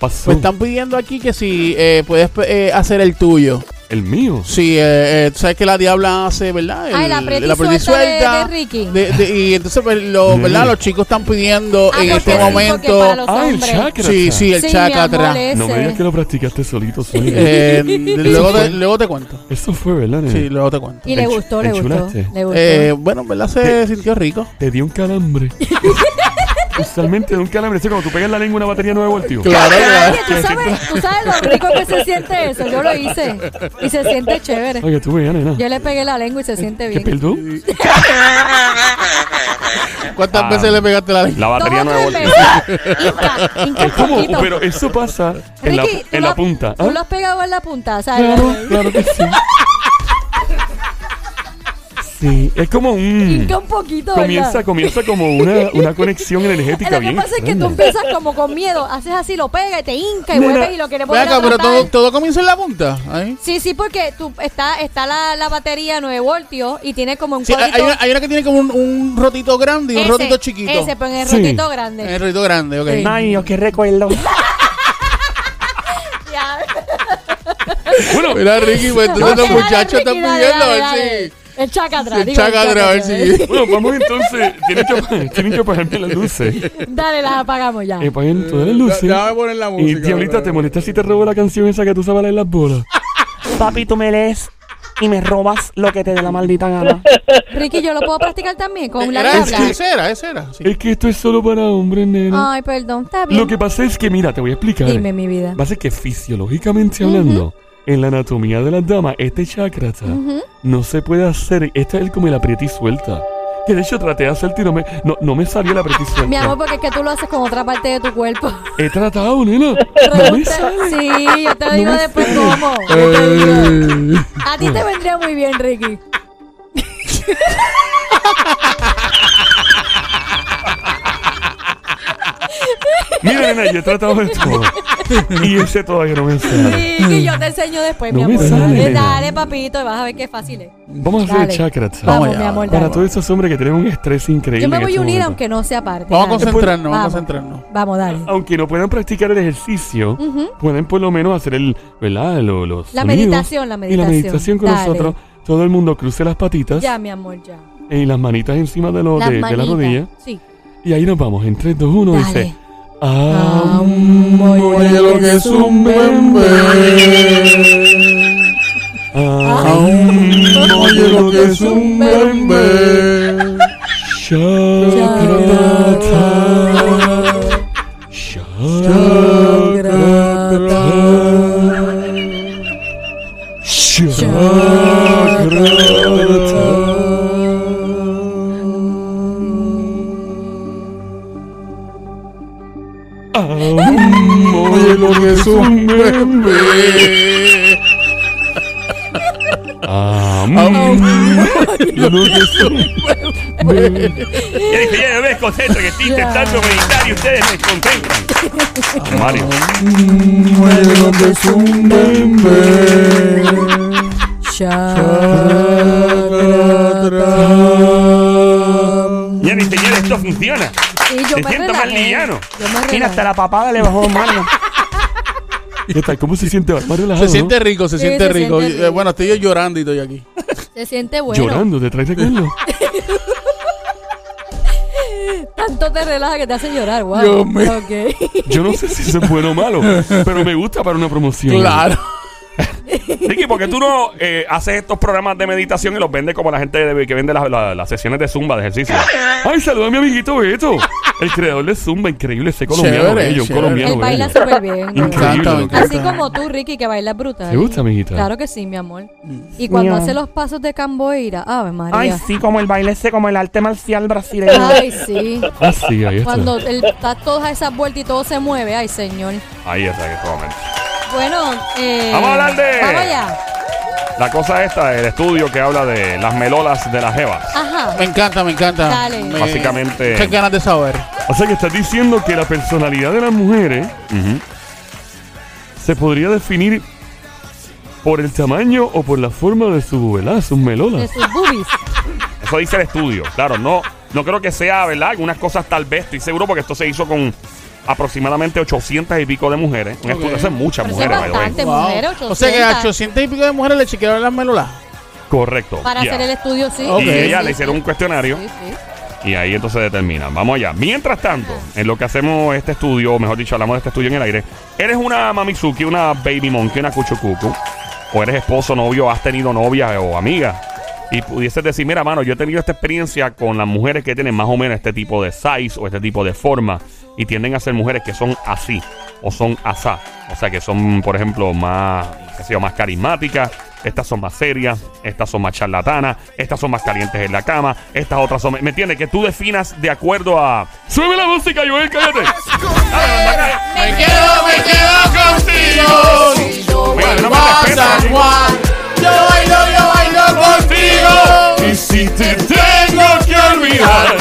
F: Uh.
B: Me están pidiendo aquí que si eh, puedes eh, hacer el tuyo.
A: El mío.
B: Sí, eh, eh, tú sabes que la diabla hace, ¿verdad?
D: Ah, el aprieta y
B: aprieta
D: suelta de- de Ricky.
B: de- de- y entonces, pues, lo, ¿verdad? Los chicos están pidiendo
D: Ah,
B: en
D: porque
B: este
D: sí, porque para
B: momento.
D: los hombres.
B: Sí, sí, el
D: Sí, mi
B: chacatra.
D: amor, eh. ese.
A: No me digas que lo practicaste solito, Sonia.
D: [laughs]
B: Eh, luego, te, luego te
F: Mm.
B: cuento.
A: Eso fue, ¿verdad? nene?
B: Sí, luego te cuento.
D: Y le
A: Enchu-
D: gustó, le gustó.
A: enchulaste.
D: Le gustó.
B: Eh, bueno, en ¿verdad? Se sintió rico.
A: Te dio un calambre.
D: [laughs]
A: Usualmente de un calambre. Es cuando tú pegas la lengua una batería 9 voltios.
B: Claro,
D: Oye,
B: claro.
D: ¿tú sabes, tú sabes lo rico que se siente eso. Yo lo hice. Y se siente chévere.
A: Oye, tú veas, nena.
D: Yo le pegué la lengua y se siente
A: ¿Qué
D: bien.
A: perdón?
B: ¿Cuántas
A: Ah.
B: veces le pegaste la lengua?
A: La batería no
D: Dos
A: es
D: o
A: volvió.
D: tres veces. Inca, inca
A: Es como,
D: poquito.
A: pero eso pasa en la,
D: Ricky, tú
A: en
D: lo
A: la
D: has-
A: punta.
D: Tú
A: ¿Ah?
D: lo has pegado en la punta, ¿sabes?
C: Claro, claro que sí. Sí, es como un...
D: Inca un poquito,
A: Comienza,
D: ¿verdad?
A: comienza como una, una conexión energética
D: Lo que
A: bien
D: pasa es que tú
A: extraña.
D: empiezas como con miedo, haces así, lo pegas y te hinca y
C: Mira,
D: vuelves y lo quieres
B: Ve
D: volver
B: acá,
D: a
B: pero todo,
D: tratar.
B: todo comienza en la punta. Ahí.
D: Sí, sí, porque tú, está, está la, la batería 9 voltios y tiene como un
B: Sí, hay,
D: cuadrito.
B: hay una, hay una que tiene como un, un rotito grande y un
D: Ese,
B: rotito chiquito. Eh,
D: Ese, pero en el
C: Sí.
D: rotito
B: El
D: grande.
B: rotito grande, ok.
C: Ay, Dios, qué recuerdo.
D: Ya.
A: Bueno,
B: Mira, Ricky,
D: [laughs]
B: pues entonces
D: Ok,
B: los
D: dale,
B: muchachos están
D: Ricky, dale,
B: pidiendo
D: dale,
B: a
D: dale.
B: ver si.
D: El chacatra.
B: si
D: digo,
B: Chaca atrás, a ver si.
A: bueno, vamos entonces. Tienen que, apag- tienen que apagarme las luces.
D: [laughs] Dale, las apagamos ya.
A: Eh, Apaguen todas las luces.
B: Déjame poner la
A: Y
B: música.
A: diablita, ¿te molesta si te robo la canción esa que tú sabes leer las bolas?
C: Papi, tú me lees y me robas lo que te dé la maldita gana.
D: Ricky, yo lo puedo practicar también con la
B: Era ese,
D: tabla.
B: ese era, ese era. sí.
A: Es que esto es solo para hombres, nena.
D: Ay, perdón, está Ah, bien.
A: Lo que pasa es que, mira, te voy a explicar.
D: Dime mi vida.
A: Pasa que fisiológicamente hablando, en la anatomía de las damas, este chakra no se puede hacer. Este es el como el aprieta y suelta. Que de hecho traté de hacer y no me, no, no me salió el aprieta y suelta.
D: [laughs] Mi amor, porque es que tú lo haces con otra parte de tu cuerpo.
A: He tratado, nena. No me
D: Pregunta-
A: sale.
D: sí, yo te lo
A: No
D: digo
A: me
D: después
A: sale.
D: cómo. Yo te digo.
B: Eh,
D: A ti te vendría muy bien, Ricky.
A: Mira, nena, yo he
D: [laughs]
A: tratado esto. y ese todavía no me sale.
D: Ricky, yo te enseño después,
A: Ah. No
D: mi
A: me
D: amor.
A: sale,
D: Dale,
A: nena.
D: dale, papito, y vas a ver qué fácil es.
A: Vamos a hacer
D: Dale.
A: el chakra. ¿sabes?
D: Vamos,
B: allá.
D: mi amor,
A: Para
D: dale.
A: todos esos hombres que tienen un estrés increíble.
D: Yo me
A: en
D: voy
A: este
D: a unir
A: momento.
D: aunque no sea parte.
B: Vamos a Ah,
D: Dale.
B: concentrarnos, vamos a
D: Vamos.
B: concentrarnos.
D: Vamos, dale.
A: Aunque no puedan practicar el ejercicio, pueden por lo menos hacer el, ¿verdad? Lo- los
D: La
A: sonidos
D: meditación, la
A: Y la meditación
D: meditación.
A: con
D: Dale.
A: nosotros. Todo el mundo cruce las patitas
D: Ya, mi amor, ya.
A: y las manitas encima de, lo, de, de la
D: manitas.
A: rodilla.
D: Sí.
A: Y ahí nos vamos. En 3, 2, 1.
D: Dale.
A: Dice: Ah,
B: Oye, lo que es un bebé.
A: ah,
B: Oye, lo que es un bebé.
A: Shakrata.
B: Oye, lo que es un bebé.
A: Ya dije, ya bebés, concéntrate, que estoy intentando meditar y ustedes me concentran.
D: [laughs]
A: Mario.
B: Oye, lo que es un bebé.
A: Ya viste, ya esto funciona.
D: Sí, yo
A: Me
D: me
A: siento más
D: relajé.
A: liviano.
D: Yo me
C: Mira, hasta
D: relajé.
C: la papada le bajó mano.
A: ¿Qué tal? ¿Cómo se siente? Más relajado,
B: Se
A: ¿no?
B: siente rico, se
D: Sí,
B: siente
D: se
B: rico.
D: siente
B: Eh,
D: rico.
B: Bueno, estoy yo llorando y estoy aquí.
D: Se siente bueno.
A: Llorando, te traes recuerdo.
D: Tanto te relaja que te hacen llorar, wow.
B: Dios mío. [laughs]
D: Ok.
A: Yo no sé si eso es bueno o malo, pero me gusta para una promoción.
B: Claro.
A: Ricky, ¿por qué tú no eh, haces estos programas de meditación y los vendes como la gente de- que vende las, la- las sesiones de Zumba de ejercicio? Ay, saluda a mi amiguito Beto, el creador de Zumba, increíble, ese colombiano
B: Chévere,
A: bello, un
B: chévere.
A: colombiano
D: Él baila
A: bello.
D: súper bien. de verdad.
A: Increíble.
B: Encanta,
A: lo que-
B: encanta.
D: Así como tú, Ricky, que bailas brutal.
A: ¿Te gusta, amiguita?
D: Claro que sí, mi amor. Y cuando
C: Mía.
D: hace los pasos de Camboira, ave María.
C: Ay, sí, como el baile ese, como el arte marcial brasileño.
D: Ay, sí.
A: Ah, sí, ahí está.
D: Cuando él da todas esas vueltas y todo se mueve, ay, señor.
A: Ahí está, en este momento.
D: Bueno, eh,
A: Vamos a hablar de-
D: Vamos allá.
A: La cosa esta, el estudio que habla de las melolas de las jevas.
D: Ajá.
B: Me encanta, me encanta.
D: Dale.
B: Me-
A: Básicamente-
B: Muchas ganas de saber.
A: O sea que estás diciendo que la personalidad de las mujeres se podría definir por el tamaño o por la forma de su, ¿verdad? Sus
D: De
A: melolas.
D: sus boobies.
A: Eso dice el estudio, claro, no, no creo que sea, ¿verdad? Algunas cosas tal vez, estoy seguro, porque esto se hizo con aproximadamente 800 y pico de mujeres. Un estudio, eso es muchas
D: Pero eso es
A: mujeres, by the way.
D: bastante. De mujeres, 800.
B: O sea que a 800 y pico de mujeres le chequearon las melolas.
A: Correcto.
D: Para
A: yeah.
D: hacer el estudio, sí.
B: Ok.
A: Y
D: Sí,
A: ella
D: sí,
A: le hicieron
D: sí.
A: un cuestionario
D: Sí, sí.
A: y ahí entonces determinan. Vamos allá. Mientras tanto, en lo que hacemos este estudio, o mejor dicho, hablamos de este estudio en el aire, ¿eres una mamizuki, una baby monkey, una cuchucucu? ¿O eres esposo, novio, has tenido novia o amiga? Y pudieses decir, mira, mano, yo he tenido esta experiencia con las mujeres que tienen más o menos este tipo de size o este tipo de forma y tienden a ser mujeres que son así o son asá. O sea, que son, por ejemplo, más, qué sé yo, más carismáticas estas son más serias, estas son más charlatanas, estas son más calientes en la cama, estas otras son. ¿Me entiendes? Que tú definas de acuerdo a. ¡Sube la música,
B: [laughs]
A: Joel! ¡Cállate! Ah,
B: Me quedo, me quedo contigo.
A: Mira, no me
B: Vuelvo a
A: respetas,
B: San
A: chico.
B: Juan. Yo bailo, yo bailo contigo.
A: Y si te tengo que olvidar.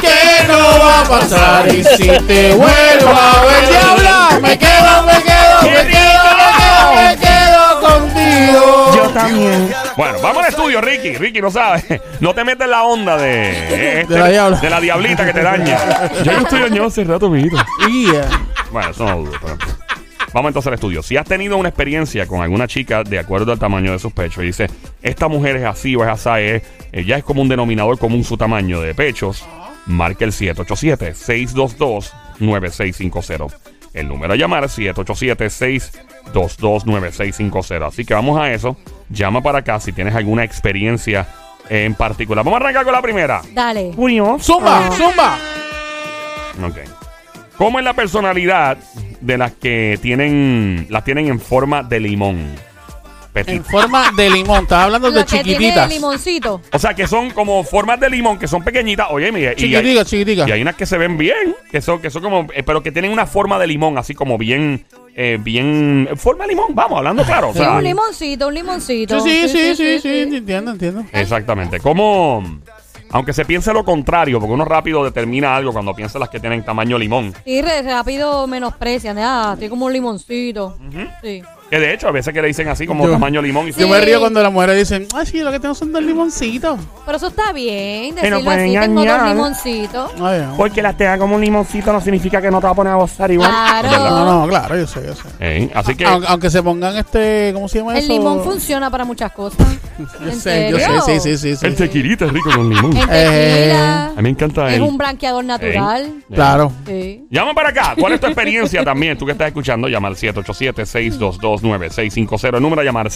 B: ¿Qué no va a pasar? Y si te vuelvo a ver, diabla. Me quedo, me quedo, me quedo, me quedo, me quedo contigo.
C: Yo también.
A: Bueno, vamos al estudio, Ricky. Ricky, no sabes. No te metas en la onda de, este-
B: De la diabla.
A: de la diablita que te daña. Yo no estoy dañado hace rato, amiguito. Bueno, eso no lo dudo. pero- Vamos entonces al estudio. Si has tenido una experiencia con alguna chica de acuerdo al tamaño de sus pechos y dices, esta mujer es así o es así, es, eh, ya es como un denominador común su tamaño de pechos, marca el 787-622-9650. El número a llamar es 787-622-9650. Así que vamos a eso. Llama para acá si tienes alguna experiencia en particular. Vamos a arrancar con la primera.
D: Dale.
C: Curioso.
B: Zumba, zumba.
A: Ok. ¿Cómo es la personalidad de las que tienen las tienen en forma de limón?
B: En
A: Petit.
B: forma de limón. Estás hablando de
D: La que tiene
B: chiquititas.
D: limoncito.
A: O sea, que son como formas de limón que son pequeñitas. Oye, mire, y hay,
B: Chiquitica, chiquitica.
A: y hay unas que se ven bien, que son que son como eh, pero que tienen una forma de limón así como bien eh, bien forma de limón, vamos, hablando claro, o
D: Sí,
A: sea,
D: un limoncito, un limoncito.
B: Sí, sí, sí, sí, sí, entiendo, entiendo.
A: Exactamente. Como aunque se piense lo contrario, porque uno rápido determina algo cuando piensa las que tienen tamaño limón.
D: Y re- rápido menosprecian. Ah, estoy como un limoncito. Sí.
A: Que de hecho a veces que le dicen así como
B: Yo-
A: tamaño limón y
B: Yo
A: se-
B: me río cuando las mujeres dicen, ah, sí, lo que tengo son dos limoncitos.
D: Pero eso está bien,
C: Pero
D: decirlo
C: pueden
D: así, tengo dos
C: engañar.
D: limoncitos.
B: Ah, ya.
C: Porque las tenga como un limoncito no significa que no te va a poner a gozar igual.
D: Ah.
B: No,
D: Claro.
B: no, claro, yo sé, yo sé.
A: Eh, así que
B: Aunque, aunque se pongan este, ¿cómo se llama
D: El
B: eso?
D: limón funciona para muchas cosas.
B: Yo
D: ¿En
B: sé, yo sé,
D: serio?
B: sí, sí, sí. sí.
A: El tequilita es rico con limón.
D: En
B: Eh,
D: tequila.
A: A mí me encanta
D: Es
A: el.
D: un blanqueador natural.
A: Eh.
B: Claro.
D: Sí.
A: Llama para acá. ¿Cuál es tu experiencia también? Tú que estás escuchando, llama al 787-622-9650. El número a llamar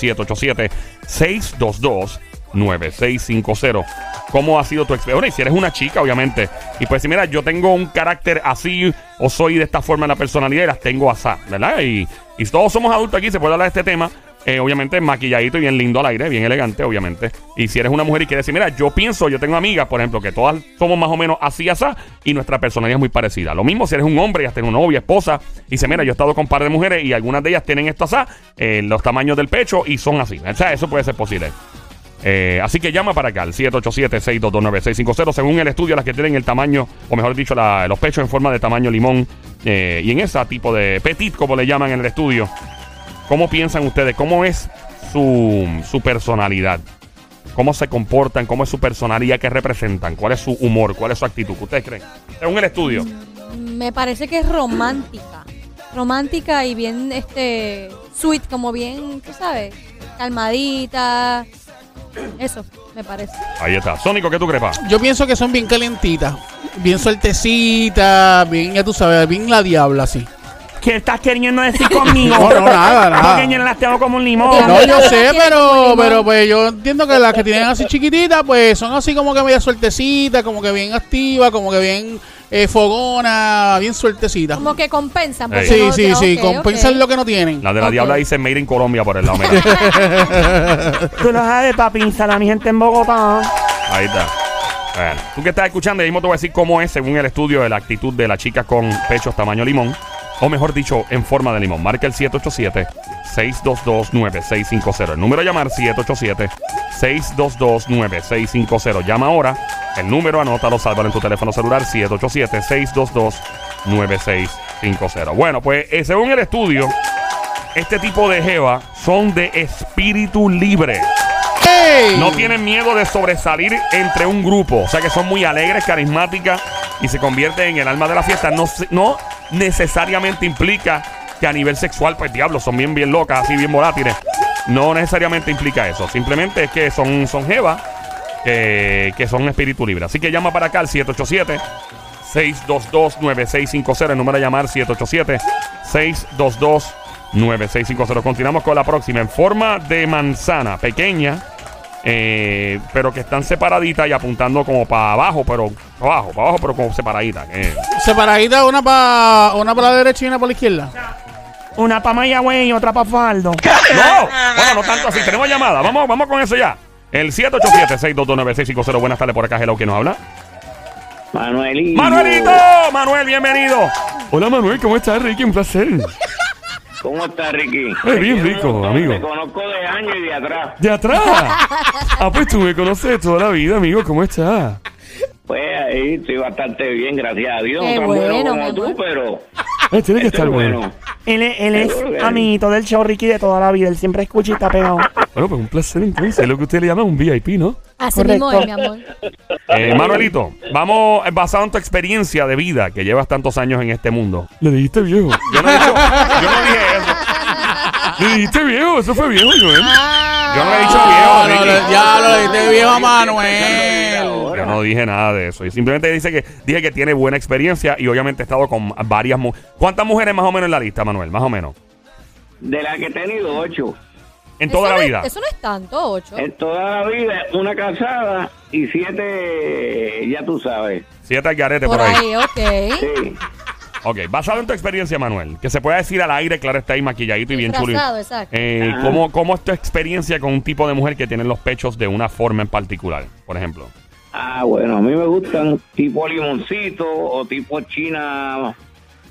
A: 787-622-9650. ¿Cómo ha sido tu experiencia? Bueno, y si eres una chica, obviamente. Y pues, si mira, yo tengo un carácter así, o soy de esta forma en la personalidad y las tengo así, ¿verdad? Y, y todos somos adultos aquí, se puede hablar de este tema. Eh, obviamente maquilladito y bien lindo al aire, bien elegante, obviamente. Y si eres una mujer y quieres decir, mira, yo pienso, yo tengo amigas, por ejemplo, que todas somos más o menos así, así, y nuestra personalidad es muy parecida. Lo mismo si eres un hombre y has tenido novia, esposa, y dice, mira, yo he estado con un par de mujeres y algunas de ellas tienen esto así, eh, los tamaños del pecho y son así. O sea, eso puede ser posible. Eh, así que llama para acá al 787-622-9650. Según el estudio, las que tienen el tamaño, o mejor dicho, la- los pechos en forma de tamaño limón eh, y en ese tipo de petit, como le llaman en el estudio. ¿Cómo piensan ustedes? ¿Cómo es su, su personalidad? ¿Cómo se comportan? ¿Cómo es su personalidad que representan? ¿Cuál es su humor? ¿Cuál es su actitud? ¿Qué ustedes creen? Según el estudio.
D: Me parece que es romántica. Romántica y bien, este, sweet, como bien, tú sabes, calmadita. Eso, me parece.
A: Ahí está. Sónico, ¿qué tú crees, pa?
B: Yo pienso que son bien calentitas, bien sueltecitas, bien, ya tú sabes, bien la diabla, así.
C: ¿Qué estás queriendo decir conmigo?
B: No, no, nada, nada.
C: Porque yo no las tengo como un limón.
D: Pero
B: No,
D: la
B: yo
D: diabla
B: sé,
D: tiene como
B: pero,
D: limón.
B: pero pues yo entiendo que las que tienen así chiquititas, pues son así como que media sueltecitas, como que bien activas, como que bien eh, fogona, bien sueltecitas.
D: Como que compensan. porque
B: Sí,
D: no-
B: sí,
D: ok,
B: sí,
D: ok.
B: compensan lo que no tienen.
A: La de la
D: Ok.
A: diabla dice Made in Colombia por el lado. mira.
C: Tú lo sabes, papi. Salam, mi gente en Bogotá.
A: Ahí está. Bueno, tú que estás escuchando, ahí mismo te voy a decir cómo es, según el estudio, de la actitud de la chica con pechos tamaño limón. O mejor dicho, en forma de limón. Marca el 787-622-9650. El número a llamar 787-622-9650. Llama ahora. El número anótalo, sálvalo en tu teléfono celular 787-622-9650. Bueno, pues eh, según el estudio, este tipo de jeva son de espíritu libre.
B: ¡Ey!
A: No tienen miedo de sobresalir entre un grupo. O sea que son muy alegres, carismáticas y se convierten en el alma de la fiesta. No, se- no necesariamente implica que a nivel sexual, pues diablo, son bien, bien locas, así bien volátiles. No necesariamente implica eso. Simplemente es que son, son jevas que, que son espíritu libre. Así que llama para acá al 787. 622-9650, el número a llamar 787-622-9650. Continuamos con la próxima. En forma de manzana pequeña, eh, pero que están separaditas y apuntando como para abajo, pero para abajo, para abajo, pero como separaditas. eh.
B: Separadita, una para una pa la derecha y una para la izquierda.
C: Una pa' Mayagüez y otra pa' Faldo.
A: No, bueno, no tanto así. Tenemos llamada. Vamos, vamos con eso ya. El 787-622-9650. Buenas tardes por acá, Hello, ¿quién nos habla?
G: Manuelito.
A: ¡Manuelito! Manuel, bienvenido. Hola, Manuel, ¿cómo estás, Ricky? Un placer.
G: ¿Cómo estás, Ricky?
A: Eh, bien rico,
G: Te
A: amigo.
G: conozco de años y de atrás.
A: ¡De atrás! Ah, pues tú me conoces de toda la vida, amigo. ¿Cómo estás?
G: Pues ahí estoy bastante bien, gracias a Dios.
D: Qué
G: No tan
D: bueno,
G: bueno,
D: mi
G: como
D: amor.
G: tú, pero.
A: Eh, tiene que estar
G: pero
A: bueno.
C: Él, es- él es
G: Seguro que sí.
C: amiguito del show Ricky de toda la vida. Él siempre escucha y está pegado.
A: Bueno, pues un placer entonces. Lo que usted le llama un VIP, ¿no?
D: Así mismo es, mi amor.
A: Eh, Manuelito, vamos eh, basado en tu experiencia de vida que llevas tantos años en este mundo.
F: Le dijiste viejo.
A: Yo no, he dicho- yo no dije eso.
F: Le dijiste viejo, eso fue viejo, Joel.
A: Yo no he dicho
B: Ya
A: viejo,
B: lo,
A: Ricky.
B: Ah, ya lo dijiste viejo a Manuel.
A: Yo no dije nada de eso. Yo simplemente dice que, dije que tiene buena experiencia y obviamente he estado con varias mujeres. ¿Cuántas mujeres más o menos en la lista, Manuel? Más o menos.
G: De la que he tenido ocho.
A: En toda la
D: Eso no es-
A: vida.
D: Eso no es tanto, ocho.
G: En toda la vida, una casada y siete, ya tú sabes.
A: Siete al garete
D: Por ahí, ok.
G: Sí.
A: Ok, basado en tu experiencia, Manuel, que se pueda decir al aire, claro está ahí maquilladito y bien chulo.
D: Disfrazado, exacto.
A: Eh,
G: Ajá.
A: ¿cómo, ¿Cómo es tu experiencia con un tipo de mujer que tiene los pechos de una forma en particular, por ejemplo?
G: Ah, bueno, a mí me gustan tipo limoncito o tipo china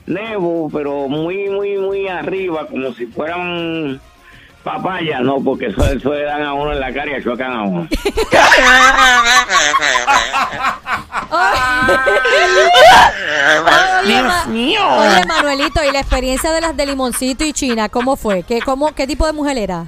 G: nebo, pero muy, muy, muy arriba, como si fueran papayas, no, porque eso, eso le dan a uno en la cara y achuecan a uno.
D: Oye,
C: Dios
D: Ma-
C: mío.
D: Oye, Manuelito, ¿y la experiencia de las de Limoncito y China? ¿Cómo fue? ¿Qué, cómo, qué tipo de mujer era?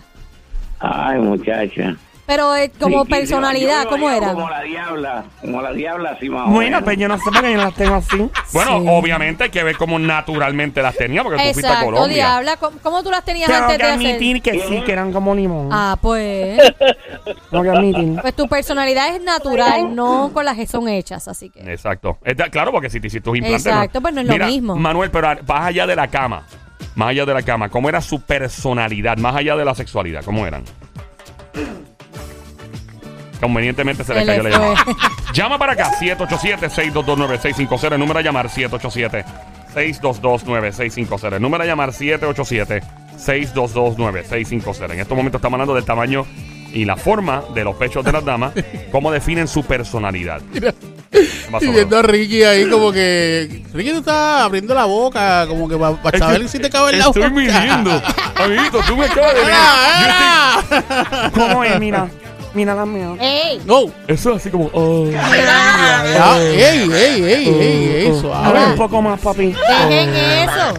G: Ay, muchacha.
D: Pero eh, como
G: Sí,
D: personalidad,
G: yo lo
D: ¿cómo
G: veía
D: era?
G: Como la diabla, como la diabla, así más o
C: Bueno,
G: menos.
C: pues yo no sé por qué yo no las tengo así.
A: Bueno, obviamente hay que ver cómo naturalmente las tenía, porque tú fuiste a
D: Exacto,
A: Colombia.
D: diabla. ¿Cómo, cómo tú las tenías
C: Tengo
D: antes
C: que
D: de hacer?
C: admitir que sí, que eran como limón.
D: Ah, pues.
C: Tengo que admitir.
D: Pues tu personalidad es natural, no con las que son hechas, así que.
A: Exacto. Es de- Claro, porque si te hiciste tus implantes.
D: Exacto, pues no es lo
A: Mira,
D: mismo.
A: Manuel, pero a- más allá de la cama, más allá de la cama, ¿cómo era su personalidad? Más allá de la sexualidad, ¿cómo eran? Convenientemente se le
D: Se
A: cayó la
D: le
A: llamada.
D: fue.
A: Llama para acá, 787-622-9650. El número a llamar, 787-622-9650. El número a llamar, 787-622-9650. En estos momentos estamos hablando del tamaño y la forma de los pechos de las damas, cómo definen su personalidad. Más o
B: Y
A: menos.
B: viendo a Ricky ahí como que... Ricky tú estás abriendo la boca como que para
A: Es que
B: saber si te cabe en la boca.
A: Estoy
B: [laughs]
A: midiendo. Amiguito, tú me acabas de medir.
B: ¡Era, era!
C: ¿Cómo es? Mira. Mira las mías.
D: [laughs] ¡Ey!
B: No.
F: Eso así como. Oh.
B: Ya, ¡Ey, ey, ey, ey, ey!
C: Ahora un
B: Suave.
C: poco más, papi.
D: ¡Dejen eso!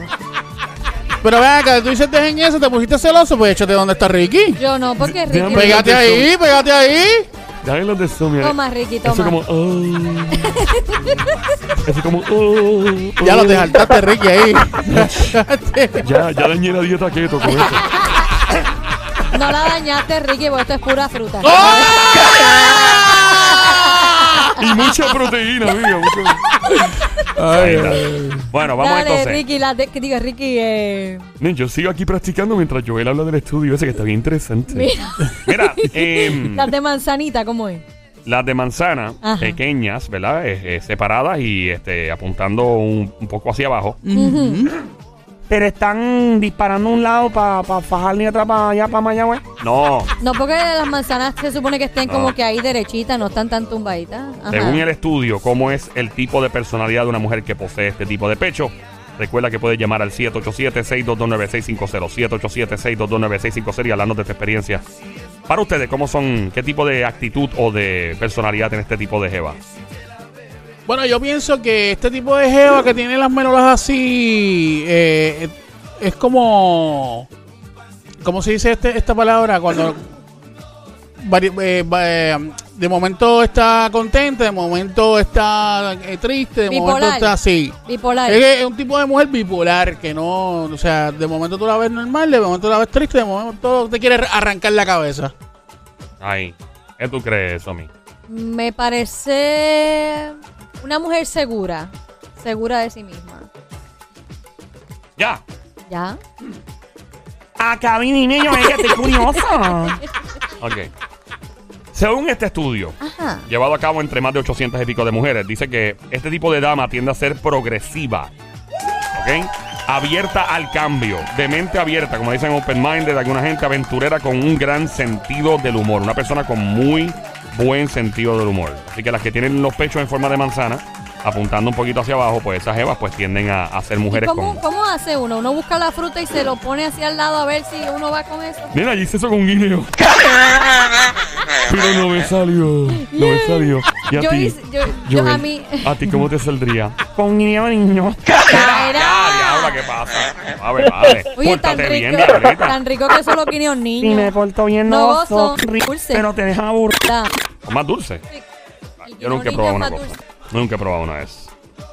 B: Pero vean acá, tú dices dejen eso, te pusiste celoso, pues échate dónde está Ricky.
D: Yo no, porque Ricky.
F: Déjame
B: Pégate ahí, pégate ahí.
F: Dale los de Sumia.
D: Toma, Ricky,
F: Eso
D: toma.
F: como. Oh. Eso como. Oh. oh.
B: Ya lo dejaste Ricky ahí.
F: Ya, ya dañé la dieta keto con eso.
D: No la dañaste, Ricky, porque esto es pura fruta. [laughs]
F: Y mucha proteína,
A: [laughs]
F: amiga. Mucha...
A: Ahí está. Bueno, vamos
D: Dale,
A: entonces.
D: Ricky, la de, que diga, Ricky, eh,
F: Men, yo sigo aquí practicando mientras Joel habla del estudio ese que está bien interesante.
D: mira,
A: Mira, em,
D: [laughs] las de manzanita, ¿cómo es?
A: las de manzana,
D: Ajá.
A: pequeñas, ¿verdad? Eh, eh, separadas y este, apuntando un, un poco hacia abajo.
D: Mm.
C: Pero están disparando un lado para pa fajarle y otra para allá, para Mayagüez.
A: No,
D: No, porque las manzanas se supone que estén
A: No.
D: como que ahí derechitas, no están tan tumbaditas. Ajá.
A: según el estudio, cómo es el tipo de personalidad de una mujer que posee este tipo de pecho. Recuerda que puedes llamar al 787-622-9650. 787-622-9650 y hablarnos de tu experiencia. Para ustedes, ¿cómo son? ¿Qué tipo de actitud o de personalidad tiene este tipo de jeva?
B: Bueno, yo pienso que este tipo de jeva que tiene las menolas así eh, es como. ¿Cómo se dice este- esta palabra? Cuando. vari- eh, va- eh, de momento está contenta, de momento está eh, triste, de momento
D: Bipolar.
B: está así.
D: Bipolar.
B: Es, que es un tipo de mujer bipolar que no. O sea, de momento tú la ves normal, de momento la ves triste, de momento te quiere arrancar la cabeza.
A: Ay, ¿qué tú crees, Somi?
D: Me parece una mujer segura, segura de sí misma.
A: Ya.
D: ¿Ya?
C: Acá vi niño, yo es que estoy curiosa.
A: Ok. Según este estudio,
D: Ajá.
A: llevado a cabo entre más de 800 y pico de mujeres, dice que este tipo de dama tiende a ser progresiva. ¿Ok? abierta al cambio, de mente abierta, como dicen open minded, alguna gente aventurera con un gran sentido del humor, una persona con muy buen sentido del humor. Así que las que tienen los pechos en forma de manzana, apuntando un poquito hacia abajo, pues esas evas pues tienden a, a ser
D: ¿Y
A: mujeres
D: cómo,
A: con...
D: cómo hace uno? Uno busca la fruta y se lo pone así al lado a ver si uno va con eso.
A: Mira, allí hice eso con guineo. Pero no me salió, no me salió. ¿Y a
D: Yo
A: ti?
D: hice- yo- yo
A: Joel,
D: a mí-
A: ¿A ti cómo te saldría?
C: Con niño, niño.
D: [laughs] Ya
A: Ya, diabla, ¿qué
D: [laughs]
A: pasa? A ver, vale.
D: Oye, tan
A: Pórtate bien,
D: rico,
A: diablita.
D: tan rico que solo quinios
C: Si me
D: niños.
C: porto bien,
D: No
C: no,
D: gozo.
C: sos rico,
D: Dulce.
C: pero te deja aburrir.
D: Da.
A: O más dulce.
D: El
A: Yo nunca he
D: guineo
A: probado
D: niño
A: una
D: es más
A: cosa.
D: dulce.
A: Nunca he probado una vez.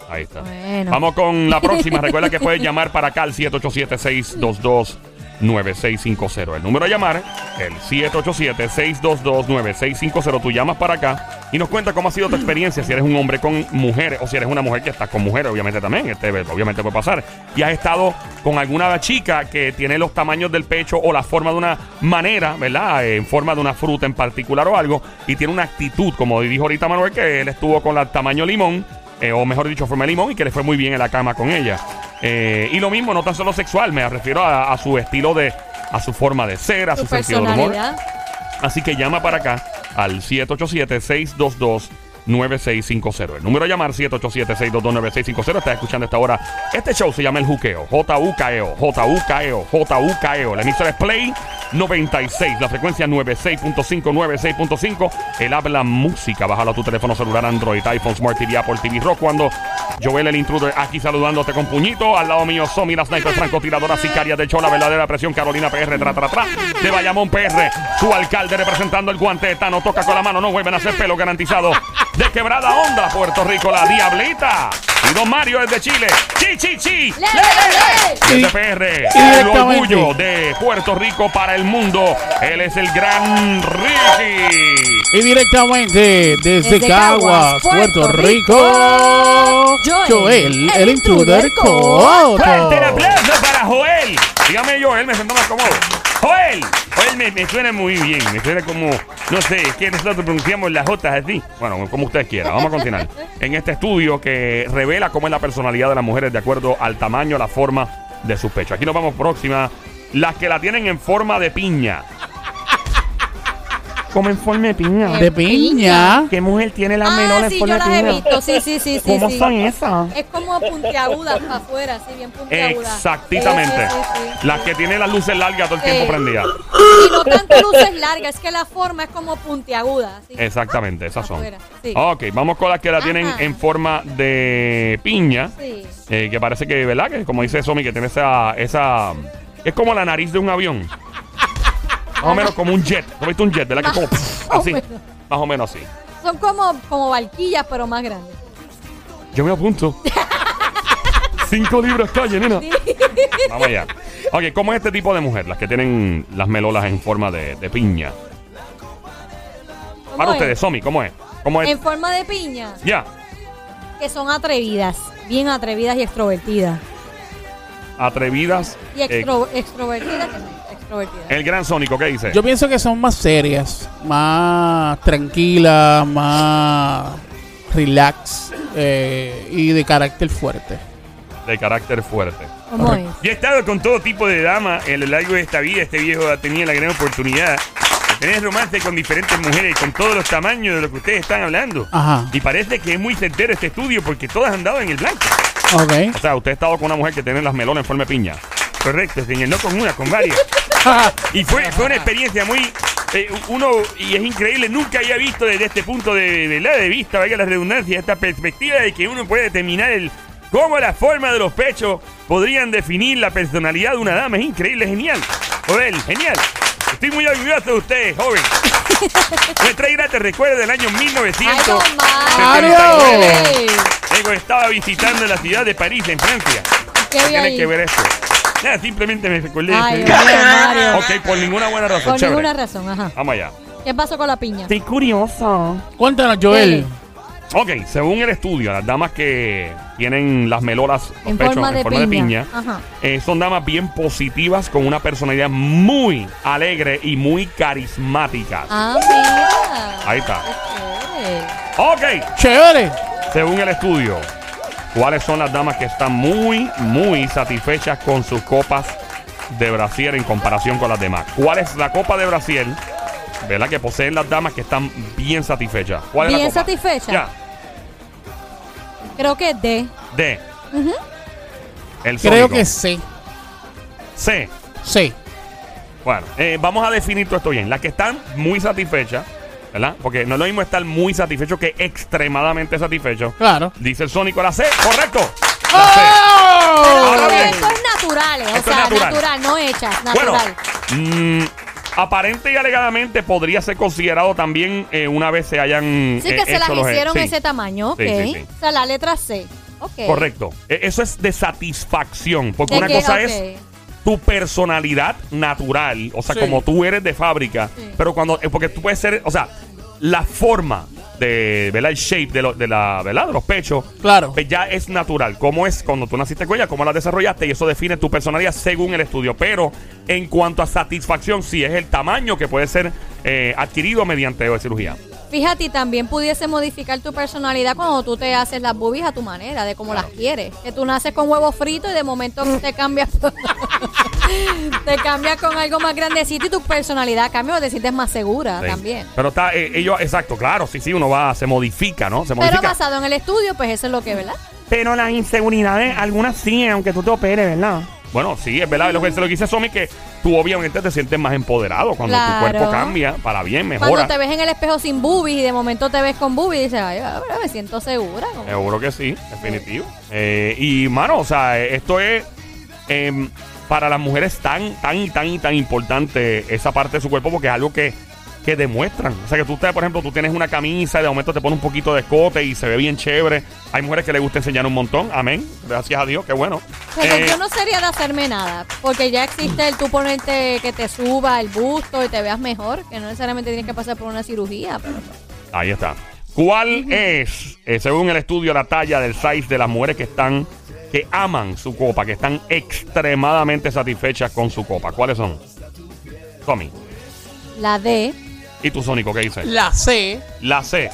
A: Ahí está.
D: Bueno.
A: Vamos con la próxima. Recuerda que puedes llamar para acá al 787-622-9650. El número a llamar, el 787-622-9650. Tú llamas para acá y nos cuenta cómo ha sido tu experiencia. Si eres un hombre con mujeres o si eres una mujer que estás con mujeres, obviamente también. Este, obviamente puede pasar. Y has estado con alguna chica que tiene los tamaños del pecho o la forma de una manera, ¿verdad? Eh, En forma de una fruta en particular o algo. Y tiene una actitud, como dijo ahorita Manuel, que él estuvo con el tamaño limón eh, o mejor dicho, forma de limón y que le fue muy bien en la cama con ella. Eh, y lo mismo, no tan solo sexual, me refiero a, a su estilo de, a su forma de ser, a su,
D: Tu
A: sentido de humor.
D: personalidad.
A: Así que llama para acá al 787-622. 9650. El número a llamar 787-622-9650. Estás escuchando esta hora. Este show se llama El Juqueo. J-U-K-E-O. J-U-K-E-O. J-U-K-E-O. E La emisora es Play 96. La frecuencia 96.5. 96.5. El habla música. Bájalo a tu teléfono celular, Android, iPhone, Smart TV, Apple TV Rock. Cuando Joel el intruder aquí saludándote con puñito. Al lado mío, Somi, la sniper francotiradora sicaria de Chola, verdadera presión, Carolina PR, tra, tra, tra. De Bayamón PR, su alcalde representando el guante de Tano, toca con la mano, no vuelven a hacer pelo garantizado. De Quebrada Onda, Puerto Rico, la Diablita. Y Don Mario es de Chile. ¡Chi, chi, chi!
D: ¡Le, Ah,
A: Y
D: le,
B: Sí.
A: de PR, el
B: Directamente.
A: orgullo de Puerto Rico para el mundo. Él es el gran Ricky.
B: Y directamente desde,
D: Desde
B: Caguas,
D: Caguas,
B: Puerto
D: Puerto
B: Rico,
D: Joel,
B: Joel, el
D: el
B: intruder
D: intruder
B: Coto.
A: ¡Fuerte el aplauso para Joel! Dígame Joel, me siento más cómodo. ¡Joel! Joel me, me suena muy bien, me suena como, no sé, es que nosotros pronunciamos las Jotas así. Bueno, como ustedes quieran, vamos a
D: [laughs]
A: continuar. En este estudio que revela cómo es la personalidad de las mujeres de acuerdo al tamaño, la forma de sus pechos. Aquí nos vamos próxima. Las que la tienen en forma de piña.
C: Como en forma de piña.
B: De piña.
C: ¿Qué mujer tiene las
D: Eh. Ah,
C: menores
D: sí,
C: por
D: yo
C: la
D: las he
C: piña?
D: visto. Sí, sí, sí, sí.
C: ¿Cómo
D: sí.
C: son esas?
D: Es como puntiagudas para afuera, sí, bien puntiagudas.
A: Exactamente.
D: Sí, sí, sí, sí.
A: Las que tienen las luces largas todo el tiempo
D: Sí.
A: prendidas.
D: Y no tanto luces largas, es que la forma es como puntiaguda. así.
A: Exactamente, esas son.
D: Afuera, sí.
A: Ok, vamos con las que la tienen
D: Ajá.
A: en forma de piña.
D: Sí.
A: Eh, que parece que, ¿verdad? Que como dice Somi, que tiene esa, esa. Es como la nariz de un avión. Más o menos como un jet. ¿No viste un jet? ¿Verdad? Que es como. pff,
D: o
A: Así.
D: menos.
A: Más o menos así.
D: Son como, como barquillas, pero más grandes.
A: Yo me apunto. Cinco libras calle, nena. Vamos allá. Ok, ¿cómo es este tipo de mujer? Las que tienen las melolas en forma de, de piña.
D: ¿Cómo
A: Para
D: es?
A: ustedes, Somi, ¿cómo es? ¿Cómo es?
D: En forma de piña,
A: Ya.
D: que son atrevidas, bien atrevidas y extrovertidas.
A: Atrevidas.
D: Y
A: eh,
D: extro- extrovertidas, que son extrovertidas.
A: el gran Sónico, ¿qué dice?
B: Yo pienso que son más serias, más tranquilas, más relax eh, y de carácter fuerte.
A: de carácter fuerte.
D: ¿Cómo es?
A: [laughs] Yo he estado con todo tipo de damas en lo largo de esta vida. Este viejo ha tenido la gran oportunidad de tener romance con diferentes mujeres, con todos los tamaños de lo que ustedes están hablando.
B: Ajá,
A: Y parece que es muy certero este estudio porque todas han dado en el blanco.
B: ok.
A: O sea, usted ha estado con una mujer que tiene las melones en forma de piña. Correcto, señor. No con una, con varias. Y fue, fue una experiencia muy... eh, uno, y es increíble, nunca había visto desde este punto de, de, la- de vista, valga la redundancia, esta perspectiva de que uno puede determinar el cómo la forma de los pechos podrían definir la personalidad de una dama. Es increíble, genial. Joel, genial. Estoy muy orgulloso de ustedes, joven. Me trae gratos recuerdos del año 1900.
D: ¡Ay, don
B: ¡Mario!
D: Mario! Ey,
A: estaba visitando la ciudad de París, en Francia.
D: ¿Qué había
A: Tiene
D: ahí?
A: que ver esto. Nada, simplemente me recordé.
D: Ay,
A: ese- [laughs]
D: Dios mío, Mario.
A: Ok, por ninguna buena razón,
D: Por
A: chévere.
D: ninguna razón, ajá.
A: Vamos allá.
D: ¿Qué pasó con la piña?
C: Estoy curiosa.
B: Cuéntanos, Joel.
A: Ok, según el estudio, las damas que tienen las melolas los
D: En
A: pechos
D: forma
A: en
D: de
A: forma
D: piña.
A: de piña,
D: Ajá.
A: eh, son damas bien positivas con una personalidad muy alegre y muy carismática.
D: Ah, mira.
A: Ahí está.
D: Qué chévere.
A: Ok,
B: Chévere.
A: según el estudio, ¿Cuáles son las damas que están muy, muy satisfechas con sus copas de brasier en comparación con las demás? ¿Cuál es la copa de brasier, verdad, que poseen las damas que están bien satisfechas? ¿Cuál
D: Bien
A: es la copa?
D: satisfecha.
A: Ya,
D: Creo que es D.
A: D.
D: Ujú.
A: El
B: Creo
A: sónico.
B: que sí.
A: C.
B: Sí.
A: Bueno, eh, vamos a definir todo esto bien. Las que están muy satisfechas, ¿verdad? Porque no es lo mismo estar muy satisfecho que extremadamente satisfecho.
B: Claro.
A: Dice el Sónico la C, correcto. La C.
B: ¡Oh!
A: Ahora bien.
D: Esto es natural, eh. o
A: Esto es
D: sea,
A: natural.
D: natural. no hechas,
A: Bueno,
D: natural.
A: mm, aparente y alegadamente podría ser considerado también eh, una vez se hayan.
D: sí
A: eh,
D: que se las
A: hecho los-
D: hicieron
A: sí.
D: ese tamaño, ok.
A: Sí, sí, sí.
D: O sea, la letra C. Ok.
A: Correcto. E- Eso es de satisfacción. Porque
D: De
A: una
D: que-
A: cosa
D: ok.
A: es tu personalidad natural, o sea,
B: Sí.
A: como tú eres de fábrica,
D: Sí.
A: pero cuando, eh, porque tú puedes ser, o sea, la forma de, ¿verdad? El shape de, lo- de la, ¿verdad? De los pechos.
B: Claro.
A: pues ya es natural. Cómo es cuando tú naciste con ella, cómo la desarrollaste y eso define tu personalidad según el estudio. Pero en cuanto a satisfacción, sí es el tamaño que puede ser eh, adquirido mediante cirugía.
D: Fíjate, y también pudiese modificar tu personalidad cuando tú te haces las boobies a tu manera, de como las quieres. Que tú naces con huevo frito y de momento te cambias. [laughs] te cambias con algo más grandecito y tu personalidad cambia o te sientes más segura
A: Sí.
D: Ah, también.
A: Pero está, eh, ellos, exacto, claro, sí, sí, uno va, se modifica, ¿no? Se
D: Pero
A: modifica.
D: basado en el estudio, pues eso es lo que, ¿verdad?
C: Pero las inseguridades, algunas sí, aunque tú te operes, ¿verdad?
A: Bueno, sí, es verdad. Lo que, lo que dice Somi que tú obviamente te sientes más empoderado cuando tu
D: Claro.
A: cuerpo cambia para bien, mejora.
D: Cuando te ves en el espejo sin boobies y de momento te ves con boobies y dices, ay, ahora me siento segura. como-
A: Seguro que sí, definitivo. Eh, y, mano, o sea, eh, esto es em, para las mujeres tan, tan, y tan y tan importante esa parte de su cuerpo porque es algo que, que demuestran. O sea, que tú, te, por ejemplo, tú tienes una camisa y de momento te pone un poquito de escote y se ve bien chévere. Hay mujeres que les gusta enseñar un montón. Amén. Gracias a Dios, qué bueno.
D: Pero
A: Eh,
D: yo no sería de hacerme nada, porque ya existe el tú ponerte que te suba el busto y te veas mejor, que no necesariamente tienes que pasar por una cirugía. Pero
A: Ahí está. ¿Cuál es, eh, según el estudio, la talla del size de las mujeres que están, que aman su copa, que están extremadamente satisfechas con su copa? ¿Cuáles son? Tommy.
D: la D,
A: ¿Y tú, Sónico, qué dices?
B: La C.
A: La C.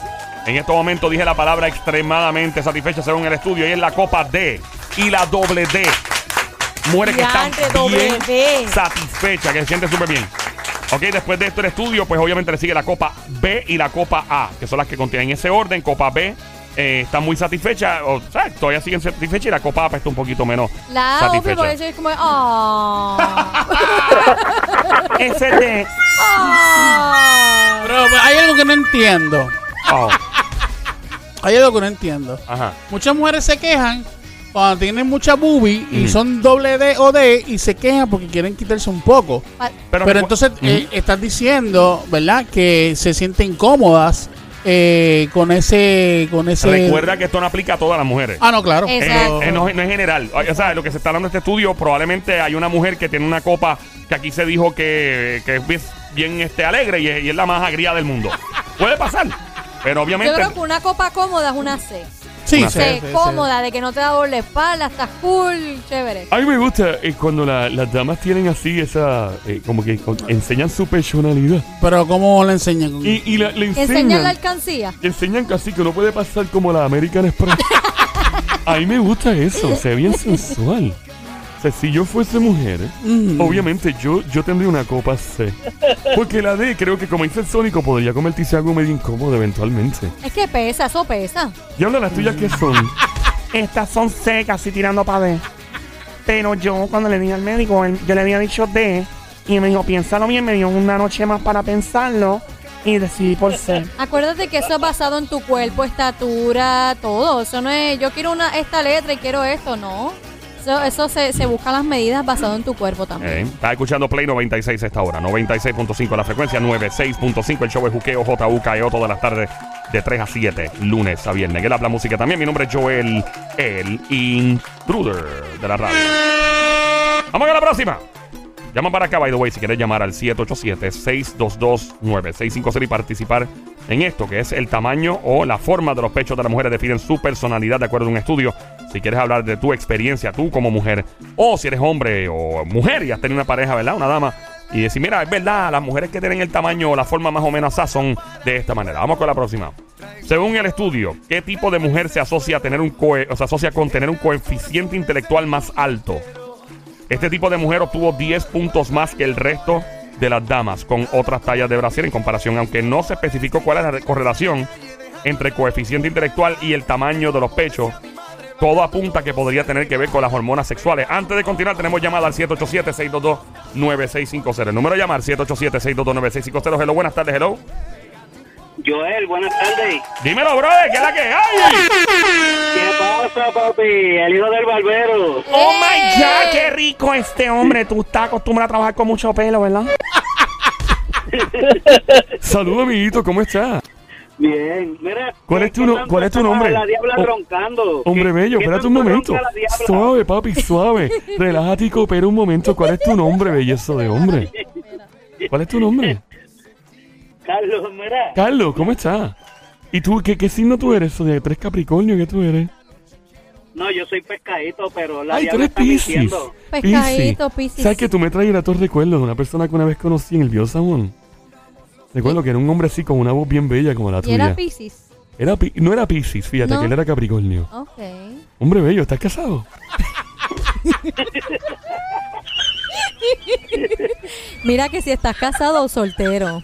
A: En este momento dije la palabra extremadamente satisfecha según el estudio y es la copa D y la doble D. Mujeres que están
D: Diantre, doble
A: bien
D: D.
A: satisfechas, que se sienten súper bien. Ok, después de esto el estudio, pues obviamente le sigue la copa B y la copa A, que son las que contienen ese orden. Copa B eh, está muy satisfecha, o sea, todavía siguen satisfechas y la copa A pues, está un poquito menos
D: la A, obvio,
A: satisfecha.
D: por eso es como,
B: [laughs]
D: oh,
C: Ese es de.
D: Ah.
B: Pero hay algo que no entiendo.
A: Oh,
B: Hay algo que no entiendo.
A: ajá.
B: Muchas mujeres se quejan cuando tienen mucha boobie y
A: Ujú.
B: son doble D o D y se quejan porque quieren quitarse un poco. Pero,
A: recu-
B: entonces
A: Ujú.
B: eh, estás diciendo, ¿verdad? Que se sienten cómodas eh, con ese, con ese.
A: recuerda que esto no aplica a todas las mujeres.
B: Ah, no, claro.
D: Es-
A: Eh,
D: Exacto.
A: eh, no, no es general. O sea, lo que se está hablando en este estudio, probablemente hay una mujer que tiene una copa que aquí se dijo que, que es bien- bien este, alegre y es, y es la más agria del mundo. Puede pasar. Pero
D: yo
A: obviamente.
D: creo que una copa cómoda es una C.
B: Sí,
A: una
B: sí,
D: C,
B: sí, sí.
D: cómoda, de que no te da doble espalda, estás cool, chévere.
B: Ah,
F: A mí me gusta eh, cuando la- las damas tienen así esa... eh, como que con- enseñan su personalidad.
B: Pero ¿cómo le enseñan?
F: Y, y la, le enseñan...
D: Enseñar la alcancía.
F: le enseñan casi que no puede pasar como la
D: [laughs]
F: American Express. A mí me gusta eso, se ve bien sensual. O sea, si yo fuese mujer,
B: Mm.
F: obviamente yo, yo tendría una copa C. Porque la D, creo que como dice el Sónico, podría convertirse en algo medio incómodo eventualmente.
D: Es que pesa, eso pesa.
F: Y habla las tuyas que son.
C: Estas son secas y tirando para D. Pero yo, cuando le dije al médico, él- yo le había dicho D. Y me dijo, piénsalo bien. Me dio una noche más para pensarlo. Y decidí por C.
D: Acuérdate que eso es basado en tu cuerpo, estatura, todo. Eso no es, yo quiero una esta letra y quiero esto, no. Eso, eso se, se buscan las medidas basado en tu cuerpo también.
A: Eh, está escuchando Play 96 a esta hora. 96.5 la frecuencia, 96.5 el show es Juqueo, JUKEO E todas las tardes de 3 a 7, lunes a viernes. Él habla música también. Mi nombre es Joel, el intruder de la radio. Vamos a la próxima. Llama para acá, by the way, si quieres llamar al 787-622-9656 y participar en esto, que es el tamaño o la forma de los pechos de las mujeres definen su personalidad de acuerdo a un estudio. Si quieres hablar de tu experiencia, tú como mujer, o si eres hombre o mujer y has tenido una pareja, ¿verdad? Una dama. Y decir, mira, es verdad, las mujeres que tienen el tamaño o la forma más o menos asá son de esta manera. Vamos con la próxima. Según el estudio, ¿qué tipo de mujer se asocia a tener un coe- o se asocia con tener un coeficiente intelectual más alto? Este tipo de mujer obtuvo 10 puntos más que el resto de las damas con otras tallas de Brasil en comparación, aunque no se especificó cuál es la correlación entre el coeficiente intelectual y el tamaño de los pechos. Todo apunta que podría tener que ver con las hormonas sexuales. Antes de continuar, tenemos llamada al 787-622-9650. El número de llamar 787-622-9650. Hello, buenas tardes, hello.
H: Joel, buenas tardes.
A: Dímelo, brother, ¿qué es la que hay?
H: ¿Qué pasa, papi? El hijo del
G: ¡Eh!
H: barbero.
C: Oh my God, qué rico este hombre. Tú estás acostumbrado a trabajar con mucho pelo, ¿verdad?
F: Saludos, amiguito, ¿cómo estás?
H: Bien. Mira.
F: ¿Cuál es tu no- cuál es tu nombre?
H: La diabla
F: Oh,
H: roncando.
F: Hombre
H: ¿Qué-
F: bello,
H: qué
F: espérate un
H: tanto
F: momento.
H: ronca la diabla?
F: Suave, papi, suave. Relájate y coopera un momento. ¿Cuál es tu nombre, belleza de hombre? ¿Cuál es tu nombre?
H: Carlos, mira.
F: Carlos, ¿cómo estás? ¿Y tú qué, qué signo tú eres? O sea, ¿Tú eres Capricornio? ¿Qué tú eres?
H: No, yo soy pescadito, pero la
F: Ay, tú
H: diabla
F: eres
H: está
F: Piscis.
H: mintiendo.
D: Pescadito, Piscis.
F: ¿Sabes que tú me traes gratos recuerdos de una persona que una vez conocí en el Biosamón? Recuerdo que era un hombre así con una voz bien bella como la
D: Y era
F: tuya.
D: Pisces.
F: Era pi- no era Piscis, fíjate,
D: No.
F: que él era Capricornio.
D: Ok.
F: Hombre bello, ¿estás casado?
D: Mira que si estás casado o soltero.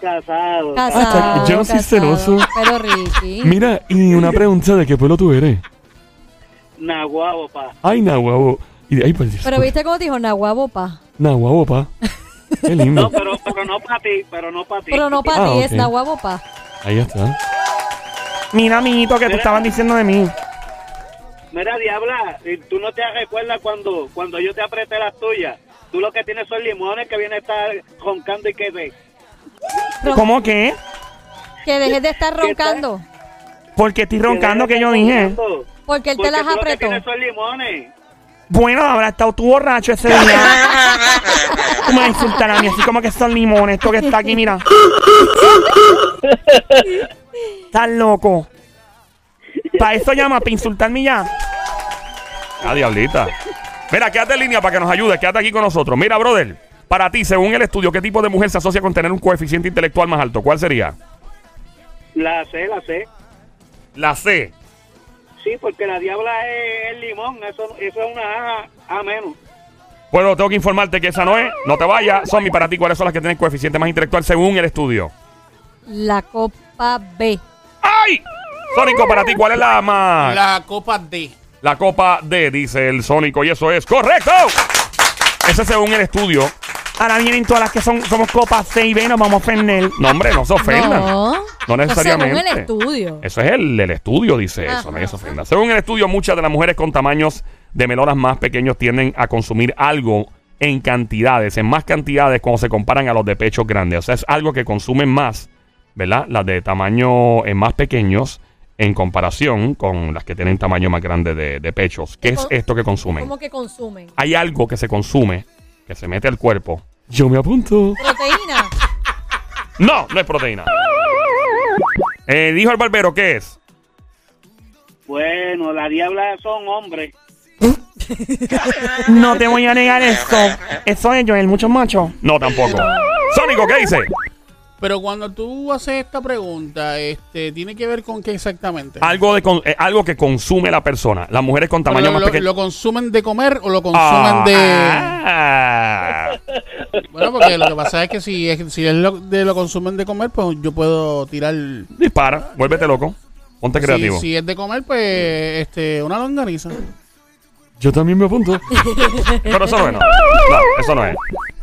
H: Casado.
D: Casado.
F: Ah, yo no soy
D: casado.
F: celoso.
D: Pero Ricky.
F: Mira, y una pregunta de qué pueblo tú eres.
H: Nahuabo, pa.
F: Ay, Nahuabo. Y de ahí, pues, Dios,
D: Pero viste cómo dijo Nahuabo, pa.
F: Nahuabo, pa. Qué lindo.
H: No, pero, pero no para ti, pero no para ti.
D: Pero no para
F: Ah,
D: ti,
F: ok.
D: es Nahuabo, pa.
F: Ahí está.
C: Mira, amiguito, que tú
H: Mira.
C: estabas diciendo de mí.
H: Mira, diabla, eh, tú no te recuerdas cuando, cuando yo te apreté las tuyas. Tú lo que tienes son limones que viene a estar roncando y que ve.
D: Ron-
C: ¿Cómo que?
D: Que dejes de estar roncando.
C: Porque estoy roncando que yo dije.
H: Roncando.
D: Porque él te
H: Porque
D: las
H: tú lo que
D: apretó.
H: tienes son limones.
C: Bueno, habrá estado tú borracho ese día. Tú me insultas a mí, así como que son limones. Esto que está aquí, mira. Estás loco. Para eso llama, para insultarme ya.
A: Ah, diablita. Mira, quédate en línea para que nos ayudes. Quédate aquí con nosotros. Mira, brother. Para ti, según el estudio, ¿qué tipo de mujer se asocia con tener un coeficiente intelectual más alto? ¿Cuál sería?
H: La sé, la sé.
A: La C.
H: Sí, porque la diabla es, es limón. Eso, eso es una A, a menos.
A: Bueno, tengo que informarte que esa no es. No te vayas. Zombie, para ti, ¿cuáles son las que tienen coeficiente más intelectual según el estudio?
D: La copa B.
A: ¡Ay! Sónico, para ti, ¿cuál es la más? La,
B: La copa D.
A: copa D, dice el Sónico, y eso es correcto. Ese según el estudio.
C: Ahora vienen todas las que son, somos copas C y B, nos vamos a ofender.
A: No, hombre, no se ofendan.
D: No.
A: No necesariamente.
D: Según el estudio.
A: Eso es el, el estudio, dice eso,
D: Ajá.
A: no es ofenda. Según el estudio, muchas de las mujeres con tamaños de melonas más pequeños tienden a consumir algo en cantidades, en más cantidades cuando se comparan a los de pechos grandes. O sea, es algo que consumen más, ¿verdad? Las de tamaño eh, más pequeños en comparación con las que tienen tamaño más grande de, de pechos. ¿Qué es
D: Como-
A: esto que consumen?
D: ¿Cómo que consumen?
A: Hay algo que se consume, que se mete al cuerpo.
F: Yo me apunto.
D: Proteína.
A: No, no es proteína. Eh, dijo el barbero, ¿qué es?
H: Bueno, la diabla son hombres.
C: No te voy a negar esto. Eso es Joel, muchos machos.
A: No, tampoco. Sónico, ¿qué dice?
B: Pero cuando tú haces esta pregunta, este, ¿tiene que ver con qué exactamente?
A: Algo, de con- eh, algo que consume la persona. Las mujeres con
B: Pero
A: tamaño
B: lo,
A: más
B: lo-
A: pequeño.
B: lo consumen de comer o lo
A: Ah,
B: consumen de...?
A: ah.
B: Bueno, porque lo que pasa es que si es, si es lo, de lo consumen de comer, pues yo puedo tirar...
A: Dispara, vuélvete loco. Ponte
B: Si,
A: creativo.
B: si es de comer, pues este, una longaniza.
F: Yo también me apunto.
A: Pero eso no es. No, No, eso no es.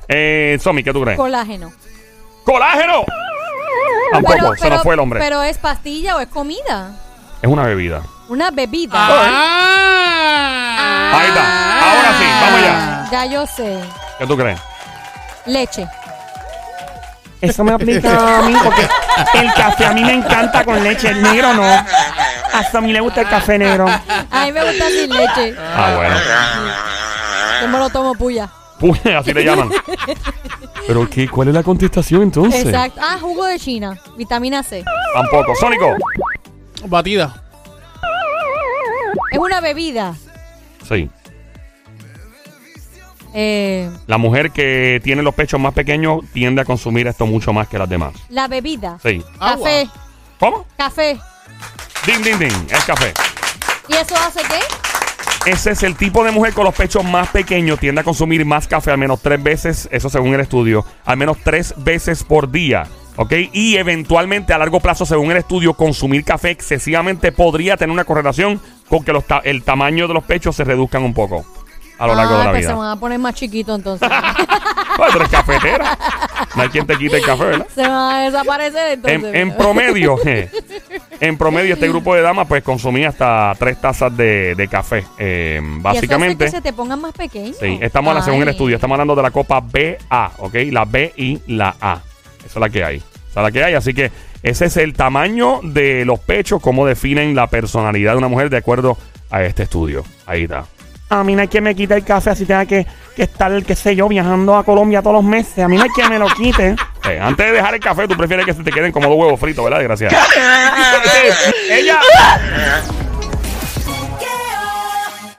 A: Eh, Somi, ¿qué tú crees?
D: Colágeno.
A: ¡Colágeno! Tampoco, eso no fue el hombre.
D: Pero es pastilla o es comida.
A: es una bebida.
D: Una bebida.
B: ¡Ah!
A: Ah. Ahí está. Ahora sí, vamos allá.
D: Ah. Ya yo sé.
A: ¿Qué tú crees?
D: Leche.
C: Eso me aplica a mí porque el café a mí me encanta con leche. El negro no. Hasta a mí le gusta el café negro.
D: A mí me gusta sin leche.
A: Ah, bueno.
D: Yo me lo tomo puya.
A: Puñe, así le llaman.
F: Pero qué, ¿cuál es la contestación entonces?
D: Exacto. Ah, jugo de China. Vitamina C.
A: Tampoco. Sónico.
B: Batida.
D: Es una bebida.
A: Sí.
D: Eh,
A: La mujer que tiene los pechos más pequeños tiende a consumir esto mucho más que las demás.
D: la bebida.
A: Sí.
B: Agua.
D: Café.
A: ¿Cómo?
D: Café.
A: Ding, ding, ding. El café.
D: ¿Y eso hace qué?
A: Ese es el tipo de mujer con los pechos más pequeños. Tiende a consumir más café al menos tres veces, eso según el estudio, al menos tres veces por día. ¿Ok? Y eventualmente a largo plazo, según el estudio, consumir café excesivamente podría tener una correlación con que los ta- el tamaño de los pechos se reduzcan un poco a lo largo
D: Ah,
A: de la
D: pues
A: vida.
D: se van a poner más chiquitos
A: [laughs]
D: entonces.
A: Bueno, tú eres cafetera. No hay quien te quite el café, ¿verdad?
D: se van a desaparecer entonces.
A: En, en
D: mira. [laughs]
A: promedio, [laughs] je, en promedio este grupo de damas pues consumía hasta tres tazas de, de café, eh,
D: Y eso hace
A: básicamente.
D: que se te pongan más pequeños.
A: Sí, estamos a la según el
D: Oh. Ay.
A: estudio, estamos hablando de la copa BA, ¿ok? La B y la A. Esa es la que hay. Esa es la que hay, así que ese es el tamaño de los pechos, cómo definen la personalidad de una mujer de acuerdo a este estudio. Ahí está.
C: A mí no hay quien me quite el café, así tenga que, que estar, qué sé yo, viajando a Colombia todos los meses. A mí no hay quien me lo quite.
A: [laughs] Eh, antes de dejar el café, tú prefieres que se te queden como dos huevos fritos, ¿verdad? Desgraciada. ella,